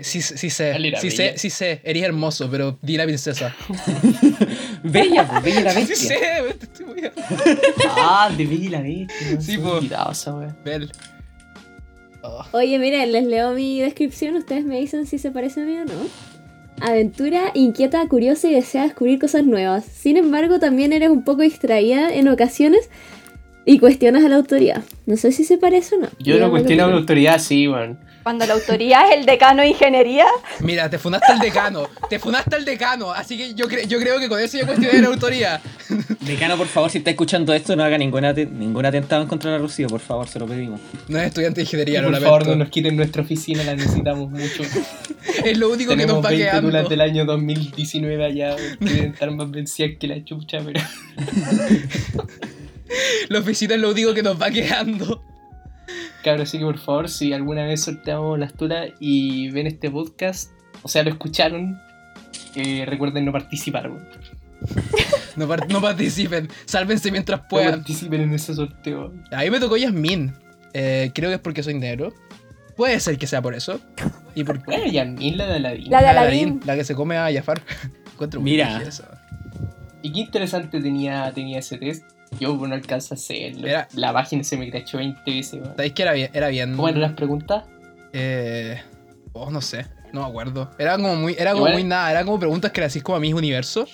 Speaker 1: Sí, sí, sí sé,
Speaker 4: Dale, la
Speaker 1: sí
Speaker 4: bella.
Speaker 1: sé, sí sé, eres hermoso, pero di la princesa.
Speaker 2: Bella, pues, bella la
Speaker 1: [LAUGHS] Sí
Speaker 2: bestia.
Speaker 1: sé, weón, te estoy moviendo.
Speaker 4: Ah, de Bella y la Bestia.
Speaker 1: Sí,
Speaker 4: Sí,
Speaker 1: po.
Speaker 4: pues. Cuidado, esa weón.
Speaker 1: Bel. Oh,
Speaker 5: Oye, miren, les leo mi descripción. Ustedes me dicen si se parece a mí o no. Aventura, inquieta, curiosa y desea descubrir cosas nuevas. Sin embargo, también eres un poco distraída en ocasiones y cuestionas a la autoridad. No sé si se parece o no.
Speaker 4: Yo no
Speaker 5: Díganme lo que
Speaker 4: cuestiono la
Speaker 5: creen.
Speaker 4: autoridad, sí, weón.
Speaker 3: Cuando la autoría es el decano de ingeniería,
Speaker 1: Mira, te funaste al decano, te funaste al decano, así que yo, cre- yo creo que con eso yo cuestioné la autoría.
Speaker 2: Decano, por favor, si está escuchando esto, no haga ninguna ate- ningún atentado en contra de la Rocío, por favor, se lo pedimos.
Speaker 1: No es estudiante de ingeniería, lo
Speaker 4: por
Speaker 1: lamento.
Speaker 4: favor, no nos quiten nuestra oficina, la
Speaker 1: [LAUGHS]
Speaker 4: necesitamos mucho.
Speaker 1: Es lo único que
Speaker 4: Tenemos
Speaker 1: nos va
Speaker 4: 20
Speaker 1: quedando.
Speaker 4: tulas del año 2019
Speaker 1: [LAUGHS]
Speaker 4: allá, weón. Quieren estar más vencidas que la chucha, pero. [LAUGHS]
Speaker 1: Los visitas es lo único que nos va quedando.
Speaker 4: Cabrón, así que por favor, si alguna vez sorteamos las tulas y ven este podcast, o sea, lo escucharon, eh, recuerden no participar, weón.
Speaker 1: No, par- no participen, sálvense mientras
Speaker 4: No
Speaker 1: puedan.
Speaker 4: participen en ese sorteo.
Speaker 1: A mí me tocó Yasmin. Eh, creo que es porque soy negro. Puede ser que sea por eso. ¿Y por qué?
Speaker 4: Bueno, Yasmin, la de Aladín.
Speaker 3: La de
Speaker 1: Aladdin,
Speaker 3: Aladdin.
Speaker 1: La que se come a Jafar. [LAUGHS] Encuentro muy
Speaker 2: Mira.
Speaker 1: brígido eso.
Speaker 4: Y qué interesante tenía, tenía ese test. Yo bueno, no alcanzo a hacerlo.
Speaker 1: Era- Mm.
Speaker 4: La página se me crachó 20 veces. weón.
Speaker 1: ¿Sabéis que era bien? Era bien
Speaker 4: ¿Cómo eran las preguntas?
Speaker 1: eh, oh, no sé. No me acuerdo. Era como muy, era como
Speaker 4: Igual-
Speaker 1: muy nada. Eran como preguntas que le hacís como a mis universos.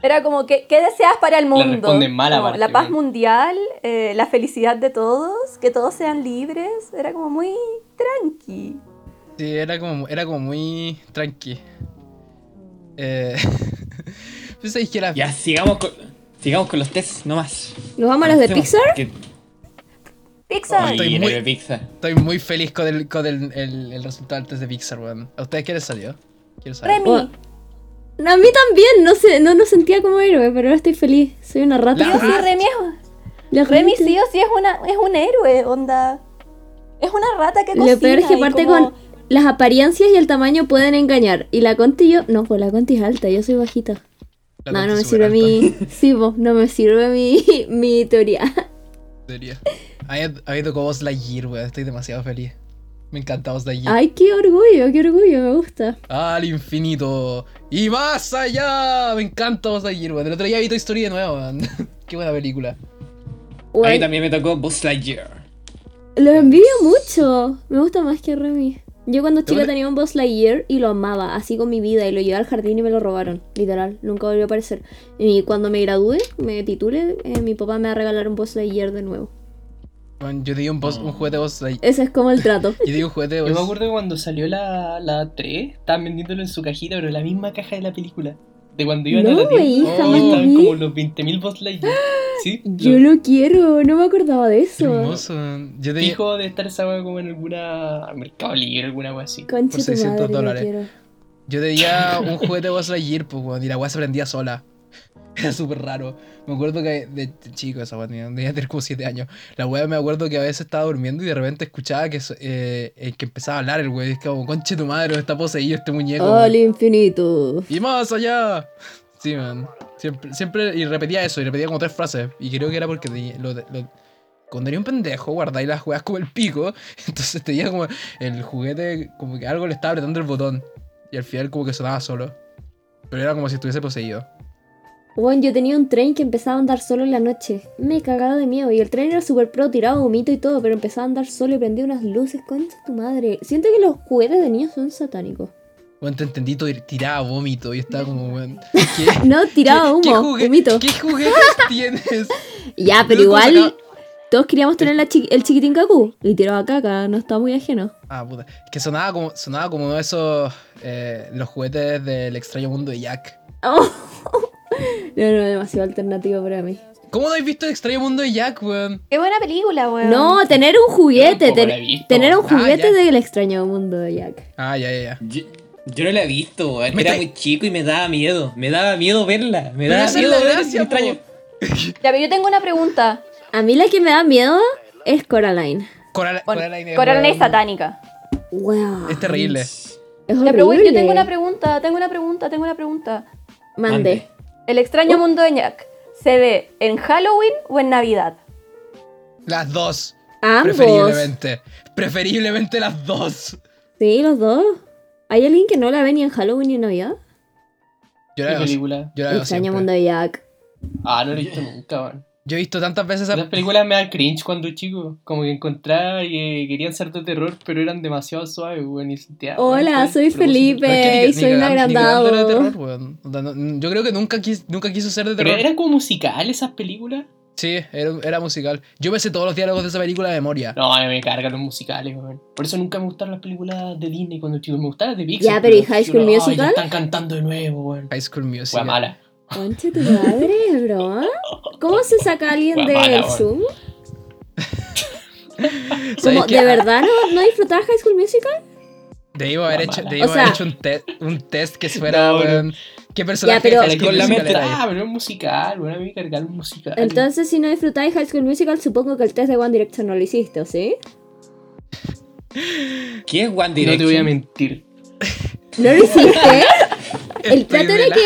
Speaker 3: era como que, ¿qué deseas para el mundo?
Speaker 4: responden mal,
Speaker 3: Como,
Speaker 4: aparte,
Speaker 3: la paz
Speaker 4: weón.
Speaker 3: mundial, eh, la felicidad de todos, que todos sean libres, era como muy tranqui.
Speaker 1: Sí, era como, era como muy tranqui. Eh, [LAUGHS] pues sabéis que la-
Speaker 2: Ya, sigamos con, sigamos con los tests, no más.
Speaker 5: ¿Nos vamos a los de Pixar?
Speaker 3: Pixar,
Speaker 1: Ay. estoy muy-
Speaker 2: estoy muy... de Pixar.
Speaker 1: estoy muy feliz con el, con el, el- el resultado antes de Pixar, weón. ¿A ustedes qué les salió? Quiero saber.
Speaker 3: Remy,
Speaker 5: Oh. No, a mí también, no sé, no, no sentía como héroe, pero ahora estoy feliz. Soy una rata.
Speaker 3: sí o sí, Remy, es,
Speaker 5: La
Speaker 3: Remy
Speaker 5: gente-
Speaker 3: sí o sí es, una, es un héroe, onda. Es una rata que cocina.
Speaker 5: Lo peor es que
Speaker 3: y
Speaker 5: parte
Speaker 3: como-
Speaker 5: con las apariencias y el tamaño pueden engañar. Y la Conti yo, no, pues la Conti es alta, yo soy bajita.
Speaker 1: La
Speaker 5: no,
Speaker 1: cuenta
Speaker 5: no me
Speaker 1: es
Speaker 5: sirve
Speaker 1: súper
Speaker 5: mi. [LAUGHS] Sí, vos, no me sirve mi, [LAUGHS] mi teoría.
Speaker 1: alta, diría. A mí- a mí me tocó Buzz Lightyear, weón. Estoy demasiado feliz. Me encanta Buzz Lightyear.
Speaker 5: Ay, qué orgullo, qué orgullo, me gusta.
Speaker 1: Al infinito. Y más allá. Me encanta Buzz Lightyear, weón. El otro día vi Toy Story de nuevo, weón. [LAUGHS] qué buena película.
Speaker 2: A mí
Speaker 5: Guay,
Speaker 2: también me tocó Buzz Lightyear.
Speaker 5: Lo envidio mucho. Me gusta más que Remy. Yo cuando chica
Speaker 1: Yo creo-
Speaker 5: tenía un Buzz Lightyear y lo amaba, así con mi vida, y lo llevé al jardín y me lo robaron, literal, nunca volvió a aparecer. Y cuando me gradúe, me titule, eh, mi papá me va a regalar un Buzz Lightyear de nuevo.
Speaker 1: Bueno, yo te di un, boss- un juguete Buzz Lightyear.
Speaker 5: Ese es como
Speaker 1: [LAUGHS]
Speaker 5: el trato.
Speaker 1: Yo te di un juguete
Speaker 4: Yo me
Speaker 1: Buzz-
Speaker 4: acuerdo que cuando salió la, la 3, estaban vendiéndolo en su cajita, pero en la misma caja de la película. De cuando iban a
Speaker 5: No,
Speaker 4: la tienda.
Speaker 5: wey,
Speaker 4: y
Speaker 1: jamás lo
Speaker 4: estaban
Speaker 5: vi.
Speaker 4: como los 20.000
Speaker 5: [GASPS]
Speaker 4: Buzz Lightyear. Sí,
Speaker 5: Yo lo quiero, no me acordaba de
Speaker 1: Qué
Speaker 5: eso.
Speaker 1: hermoso. Yo te
Speaker 4: Fijo de estar esa wea como en alguna mercado libre, alguna wea así.
Speaker 1: Por
Speaker 5: Concha tu
Speaker 1: 600
Speaker 5: madre, lo
Speaker 1: dólares.
Speaker 5: quiero.
Speaker 1: Yo tenía un juguete Buzz Lightyear, pues, weón, y la weá se prendía sola. [LAUGHS] Era súper raro. Me acuerdo que de chico esa weá tenía, tenía tener como 7 años. La weá me acuerdo que a veces estaba durmiendo y de repente escuchaba que, so- eh, eh, que empezaba a hablar el weón. Y es como, conche tu madre, está poseído este muñeco.
Speaker 5: Al
Speaker 1: weón".
Speaker 5: infinito.
Speaker 1: Y más allá. Sí, man. Siempre, siempre, y repetía eso, y repetía como tres frases. Y creo que era porque tenía- lo- lo- cuando era un pendejo, guardáis las weas como el pico. [LAUGHS] Entonces tenía como el juguete, como que algo le estaba apretando el botón. Y al final como que sonaba solo. Pero era como si estuviese poseído.
Speaker 5: Bueno, yo tenía un tren que empezaba a andar solo en la noche. Me cagaba de miedo. Y el tren era súper pro, tiraba humito y todo, pero empezaba a andar solo y prendía unas luces. Concha tu madre. Siento que los juguetes de niños son satánicos.
Speaker 1: Bueno, te entendí, to- tiraba vómito y estaba como, weón. ¿Qué?
Speaker 5: No, [LAUGHS] tiraba
Speaker 1: ¿Qué- qué
Speaker 5: humo,
Speaker 1: jugue-
Speaker 5: humito.
Speaker 1: ¿Qué juguetes [LAUGHS] tienes?
Speaker 5: Ya, pero
Speaker 1: Yo como
Speaker 5: igual
Speaker 1: sacaba-
Speaker 5: todos queríamos tener la chi- el chiquitín cacú. Y tiraba caca, no estaba muy ajeno.
Speaker 1: Ah, puta. Es que sonaba como, sonaba como esos, eh, los juguetes del extraño mundo de Jack.
Speaker 5: Oh. [LAUGHS] No, no, demasiado alternativo para mí.
Speaker 1: ¿Cómo no habéis visto el extraño mundo de Jack, weón?
Speaker 6: Qué buena película, weón.
Speaker 5: No, tener un juguete.
Speaker 4: Yo tampoco
Speaker 5: ten-
Speaker 4: la he visto.
Speaker 5: tener un
Speaker 1: Ah,
Speaker 5: juguete
Speaker 1: ya.
Speaker 5: del extraño mundo de Jack.
Speaker 1: Ah, ya, ya, ya.
Speaker 2: Yo, yo no la he visto, weón.
Speaker 1: Me
Speaker 2: Era
Speaker 1: está-
Speaker 2: muy chico y me daba miedo. Me daba miedo verla. Me
Speaker 1: Pero
Speaker 2: daba
Speaker 1: esa es
Speaker 2: miedo
Speaker 1: la
Speaker 2: ver
Speaker 1: gracia,
Speaker 2: ese extraño.
Speaker 6: Ya, pero yo tengo una pregunta.
Speaker 5: A mí la que me da miedo es Coraline.
Speaker 1: Coral, Coraline,
Speaker 6: Coraline,
Speaker 1: es,
Speaker 6: Coraline es
Speaker 1: weón,
Speaker 6: satánica.
Speaker 5: Wow.
Speaker 1: Es terrible.
Speaker 5: Es
Speaker 6: Ya, pero weón,
Speaker 5: horrible.
Speaker 6: yo tengo una pregunta, tengo una pregunta, tengo una pregunta.
Speaker 5: Mande.
Speaker 6: El extraño
Speaker 5: Oh.
Speaker 6: mundo de Jack, ¿se ve en Halloween o en Navidad?
Speaker 1: Las dos.
Speaker 5: Ambos.
Speaker 1: Preferiblemente. Preferiblemente las dos.
Speaker 5: Sí, los dos. ¿Hay alguien que no la ve ni en Halloween ni en Navidad?
Speaker 1: Yo
Speaker 4: ¿Qué
Speaker 1: la veo,
Speaker 4: película?
Speaker 1: yo la
Speaker 5: El
Speaker 1: veo
Speaker 5: extraño
Speaker 1: siempre.
Speaker 5: mundo de Jack.
Speaker 4: Ah, no lo he visto nunca, man.
Speaker 1: Yo he visto tantas veces
Speaker 4: Esas
Speaker 1: esa...
Speaker 4: películas me dan cringe cuando chico. Como que encontraba y eh, querían ser de terror, pero eran demasiado suaves, weón. Y sentía,
Speaker 5: Hola,
Speaker 4: weón, ¿cuál
Speaker 5: soy
Speaker 4: es el propósito?
Speaker 1: Pero es que
Speaker 5: Felipe
Speaker 1: ni-
Speaker 5: y
Speaker 1: ni
Speaker 5: soy un
Speaker 1: cagando- ni cagando era de
Speaker 5: agrandado.
Speaker 1: terror, weón. O sea, no- Yo creo que nunca, quis- nunca quiso ser de
Speaker 4: Pero
Speaker 1: terror.
Speaker 4: eran como musicales esas películas.
Speaker 1: Sí, era, era musical. Yo me sé todos los diálogos de esa película de memoria.
Speaker 4: No, a mí me cargan los musicales, weón. Por eso nunca me gustaron las películas de Disney cuando chico. Me gustaban las de Pixar.
Speaker 5: Ya, pero ¿y High School
Speaker 4: yo, "Ay, la
Speaker 5: Musical?"
Speaker 4: están cantando de nuevo, weón.
Speaker 1: High School Music.
Speaker 4: Fue mala.
Speaker 5: Conche tu madre, bro. ¿ah? ¿Cómo se saca alguien
Speaker 4: Guau, mala,
Speaker 5: del
Speaker 4: bueno.
Speaker 5: Zoom?
Speaker 1: ¿Sabes
Speaker 5: Como,
Speaker 1: qué? Ah.
Speaker 5: ¿De verdad no, no disfrutabas High School Musical?
Speaker 1: Debo haber hecho,
Speaker 4: mala.
Speaker 1: debo
Speaker 5: O
Speaker 1: haber
Speaker 5: sea-
Speaker 1: hecho un, te- un test que fuera,
Speaker 4: No, no.
Speaker 1: weón. ¿Qué personaje
Speaker 5: pero-
Speaker 1: de High School
Speaker 2: Con la
Speaker 1: Musical
Speaker 2: mente-
Speaker 1: era?
Speaker 4: Ah, pero es musical, weón. A mí me cargan los musicales.
Speaker 5: Entonces, si no disfrutáis High School Musical, supongo que el test de One Direction no lo hiciste, ¿o sí?
Speaker 2: ¿Qué es One
Speaker 4: no
Speaker 2: Direction?
Speaker 4: te voy a mentir.
Speaker 5: ¿No lo hiciste? El
Speaker 1: Estoy
Speaker 5: trato era
Speaker 1: vela-
Speaker 5: que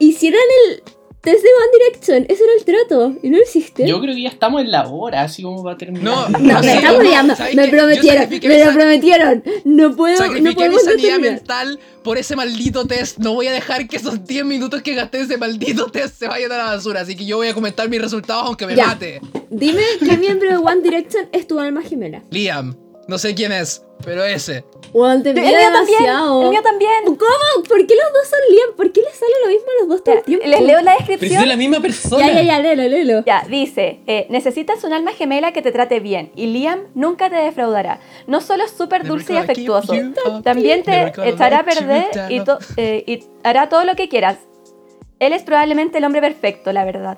Speaker 5: hicieran el test de One Direction. Ese era el trato. ¿Y no lo hiciste?
Speaker 4: Yo creo que ya estamos en la hora, así como va a terminar.
Speaker 1: No,
Speaker 5: no, me
Speaker 1: sí,
Speaker 5: están
Speaker 1: no,
Speaker 5: odiando.
Speaker 1: ¿sabes
Speaker 5: Me
Speaker 1: qué? Yo
Speaker 5: prometieron.
Speaker 1: sacrifiqué
Speaker 5: Me lo
Speaker 1: esa-
Speaker 5: prometieron. No puedo. No
Speaker 1: Sacrifiqué mi
Speaker 5: podemos no
Speaker 1: sanidad
Speaker 5: terminar.
Speaker 1: mental por ese maldito test. No voy a dejar que esos 10 minutos que gasté en ese maldito test se vayan a la basura. Así que yo voy a comentar mis resultados aunque me
Speaker 5: Ya.
Speaker 1: mate.
Speaker 5: Dime qué miembro de One Direction es tu alma gemela.
Speaker 1: Liam, no sé quién es, pero ese.
Speaker 5: One te
Speaker 6: El mío
Speaker 5: envidio
Speaker 6: también,
Speaker 5: demasiado.
Speaker 6: el mío también.
Speaker 5: ¿Cómo? ¿Por qué los dos son Liam? ¿Por qué les sale lo mismo a los dos todo el tiempo?
Speaker 6: Les leo la
Speaker 2: Pero si es
Speaker 6: descripción.
Speaker 2: la misma persona.
Speaker 5: Ya, ya, ya, léelo, léelo.
Speaker 6: Ya, dice, eh, necesitas un alma gemela que te trate bien y Liam nunca te defraudará. No solo es súper dulce y
Speaker 1: Never gonna
Speaker 6: afectuoso,
Speaker 1: give you up.
Speaker 6: también te
Speaker 1: Never gonna
Speaker 6: echará a
Speaker 1: let you
Speaker 6: perder y,
Speaker 1: down.
Speaker 6: to- eh, y hará todo lo que quieras. Él es probablemente el hombre perfecto, la verdad.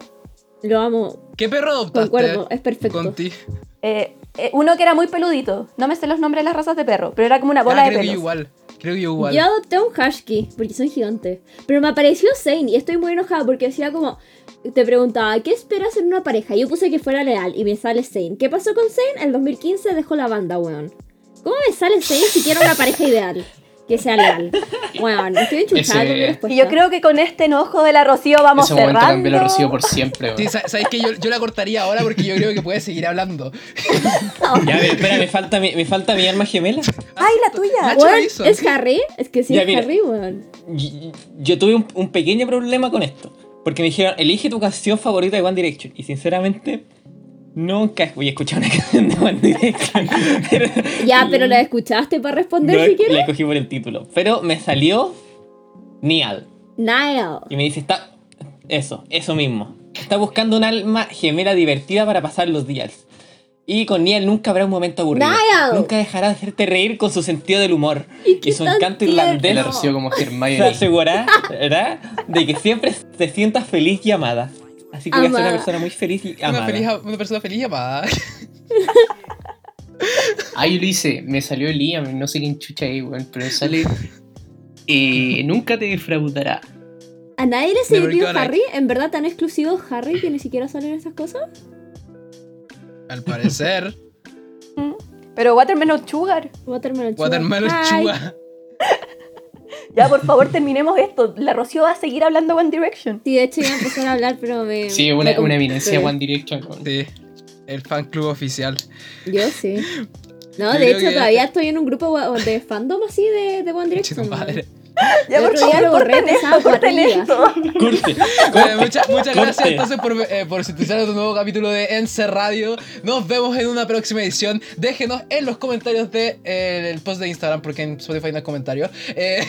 Speaker 5: Lo amo.
Speaker 1: ¿Qué perro adoptaste?
Speaker 5: Concuerdo, es perfecto.
Speaker 1: Conti.
Speaker 6: Eh, eh, uno que era muy peludito, no me sé los nombres de las razas de perro, pero era como una bola
Speaker 1: Ah,
Speaker 6: de
Speaker 1: creo que yo
Speaker 6: pelos.
Speaker 1: igual. Creo que yo igual.
Speaker 5: Yo adopté un husky porque son gigantes. Pero me apareció Zane y estoy muy enojada porque decía como. Te preguntaba, ¿qué esperas en una pareja? Yo puse que fuera leal y me sale Zane. ¿Qué pasó con Zane? El 2015 dejó la banda, weón. ¿Cómo me sale Zane si quiero una pareja ideal? Que sea leal. Weón, estoy enchuchada
Speaker 4: Ese-
Speaker 5: con mi respuesta.
Speaker 6: Y yo creo que con este enojo de la Rocío vamos
Speaker 4: Ese momento
Speaker 6: cerrando.
Speaker 4: cambié lo recibo por siempre,
Speaker 1: Sí,
Speaker 4: weón.
Speaker 1: sa- ¿Sabes que yo, yo la cortaría ahora porque yo creo que puedes seguir hablando.
Speaker 2: Ya, pero espera, me falta, mi, me falta mi alma gemela.
Speaker 6: ¡Ay, la tuya!
Speaker 1: Nacho
Speaker 5: Weón,
Speaker 1: lo hizo.
Speaker 5: ¿Es Harry? Es que sí,
Speaker 2: Ya,
Speaker 5: es
Speaker 2: mira.
Speaker 5: Harry, weón.
Speaker 2: Y- Yo tuve un, un pequeño problema con esto. Porque me dijeron, elige tu canción favorita de One Direction. Y sinceramente, Nunca voy a escuchar [LAUGHS] una canción de One Direction.
Speaker 5: Ya, pero la escuchaste para responder
Speaker 2: No,
Speaker 5: si quieres.
Speaker 2: La escogí por el título. Pero me salió Nial.
Speaker 5: Niall.
Speaker 2: Y me dice, está... Eso, eso mismo. Está buscando un alma gemela divertida para pasar los días. Y con Niall nunca habrá un momento aburrido.
Speaker 5: Niall.
Speaker 2: Nunca dejará de hacerte reír con su sentido del humor.
Speaker 5: Y qué
Speaker 2: su
Speaker 5: tan
Speaker 2: encanto
Speaker 5: tierno.
Speaker 2: irlandés
Speaker 4: Él la recibió como
Speaker 2: se
Speaker 4: Hermione.
Speaker 2: asegurará ¿verdad? de que siempre te sientas feliz y amada. Así que voy a ser una
Speaker 5: Amada.
Speaker 2: persona muy feliz y
Speaker 1: Una,
Speaker 2: amada.
Speaker 1: feliz, una persona feliz llamada.
Speaker 4: Ay, Ah, lo hice. Me salió Liam, no sé quién chucha ahí, weón, pero sale. Eh, nunca te defraudará.
Speaker 5: ¿A nadie le
Speaker 1: Never
Speaker 5: sirvió
Speaker 1: gonna.
Speaker 5: Harry? ¿En verdad tan exclusivo Harry que ni siquiera salen estas cosas?
Speaker 1: Al [LAUGHS] parecer,
Speaker 6: Pero Watermelon Sugar.
Speaker 5: Watermelon Sugar.
Speaker 1: Watermelon
Speaker 5: Hi.
Speaker 1: Chua.
Speaker 6: Ya, por favor, terminemos esto. La Rocío va a seguir hablando One Direction.
Speaker 5: Sí, de hecho iba a empezar a hablar, pero me.
Speaker 4: Sí, una,
Speaker 5: me
Speaker 4: una eminencia
Speaker 5: compré.
Speaker 4: One Direction. weón.
Speaker 1: Sí, el fan club oficial.
Speaker 5: Yo sí. No,
Speaker 1: Yo
Speaker 5: de
Speaker 1: creo
Speaker 5: hecho
Speaker 1: que-
Speaker 5: todavía estoy en un grupo wa- de fandom así de, de One
Speaker 1: Chito
Speaker 5: Direction. ¿no?
Speaker 1: madre.
Speaker 6: Ya,
Speaker 5: El
Speaker 6: por
Speaker 5: otro día
Speaker 6: favor,
Speaker 5: lo borré,
Speaker 6: corten
Speaker 5: empezaba
Speaker 6: esto, corten
Speaker 5: cuadrilla.
Speaker 6: esto.
Speaker 2: Corte,
Speaker 1: Bueno, muchas, muchas gracias
Speaker 2: Corte.
Speaker 1: entonces por, eh, por sintonizar otro nuevo capítulo de Ence Radio. Nos vemos en una próxima edición. Déjenos en los comentarios del post de Instagram, porque en Spotify no hay comentarios. Eh,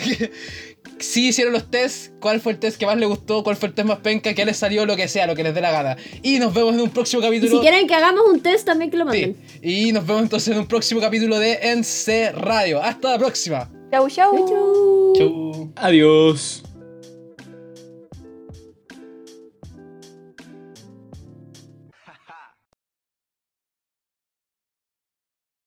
Speaker 1: [LAUGHS] si hicieron los tests, cuál fue el test que más les gustó, cuál fue el test más penca, qué les salió, lo que sea, lo que les dé la gana. Y nos vemos en un próximo
Speaker 5: Y
Speaker 1: capítulo.
Speaker 5: si quieren que hagamos un test también que lo manden.
Speaker 1: Sí. Y nos vemos entonces en un próximo capítulo de Ence Radio. Hasta la próxima.
Speaker 6: Chau, chau.
Speaker 5: Chau, chau.
Speaker 4: Chau.
Speaker 2: adiós.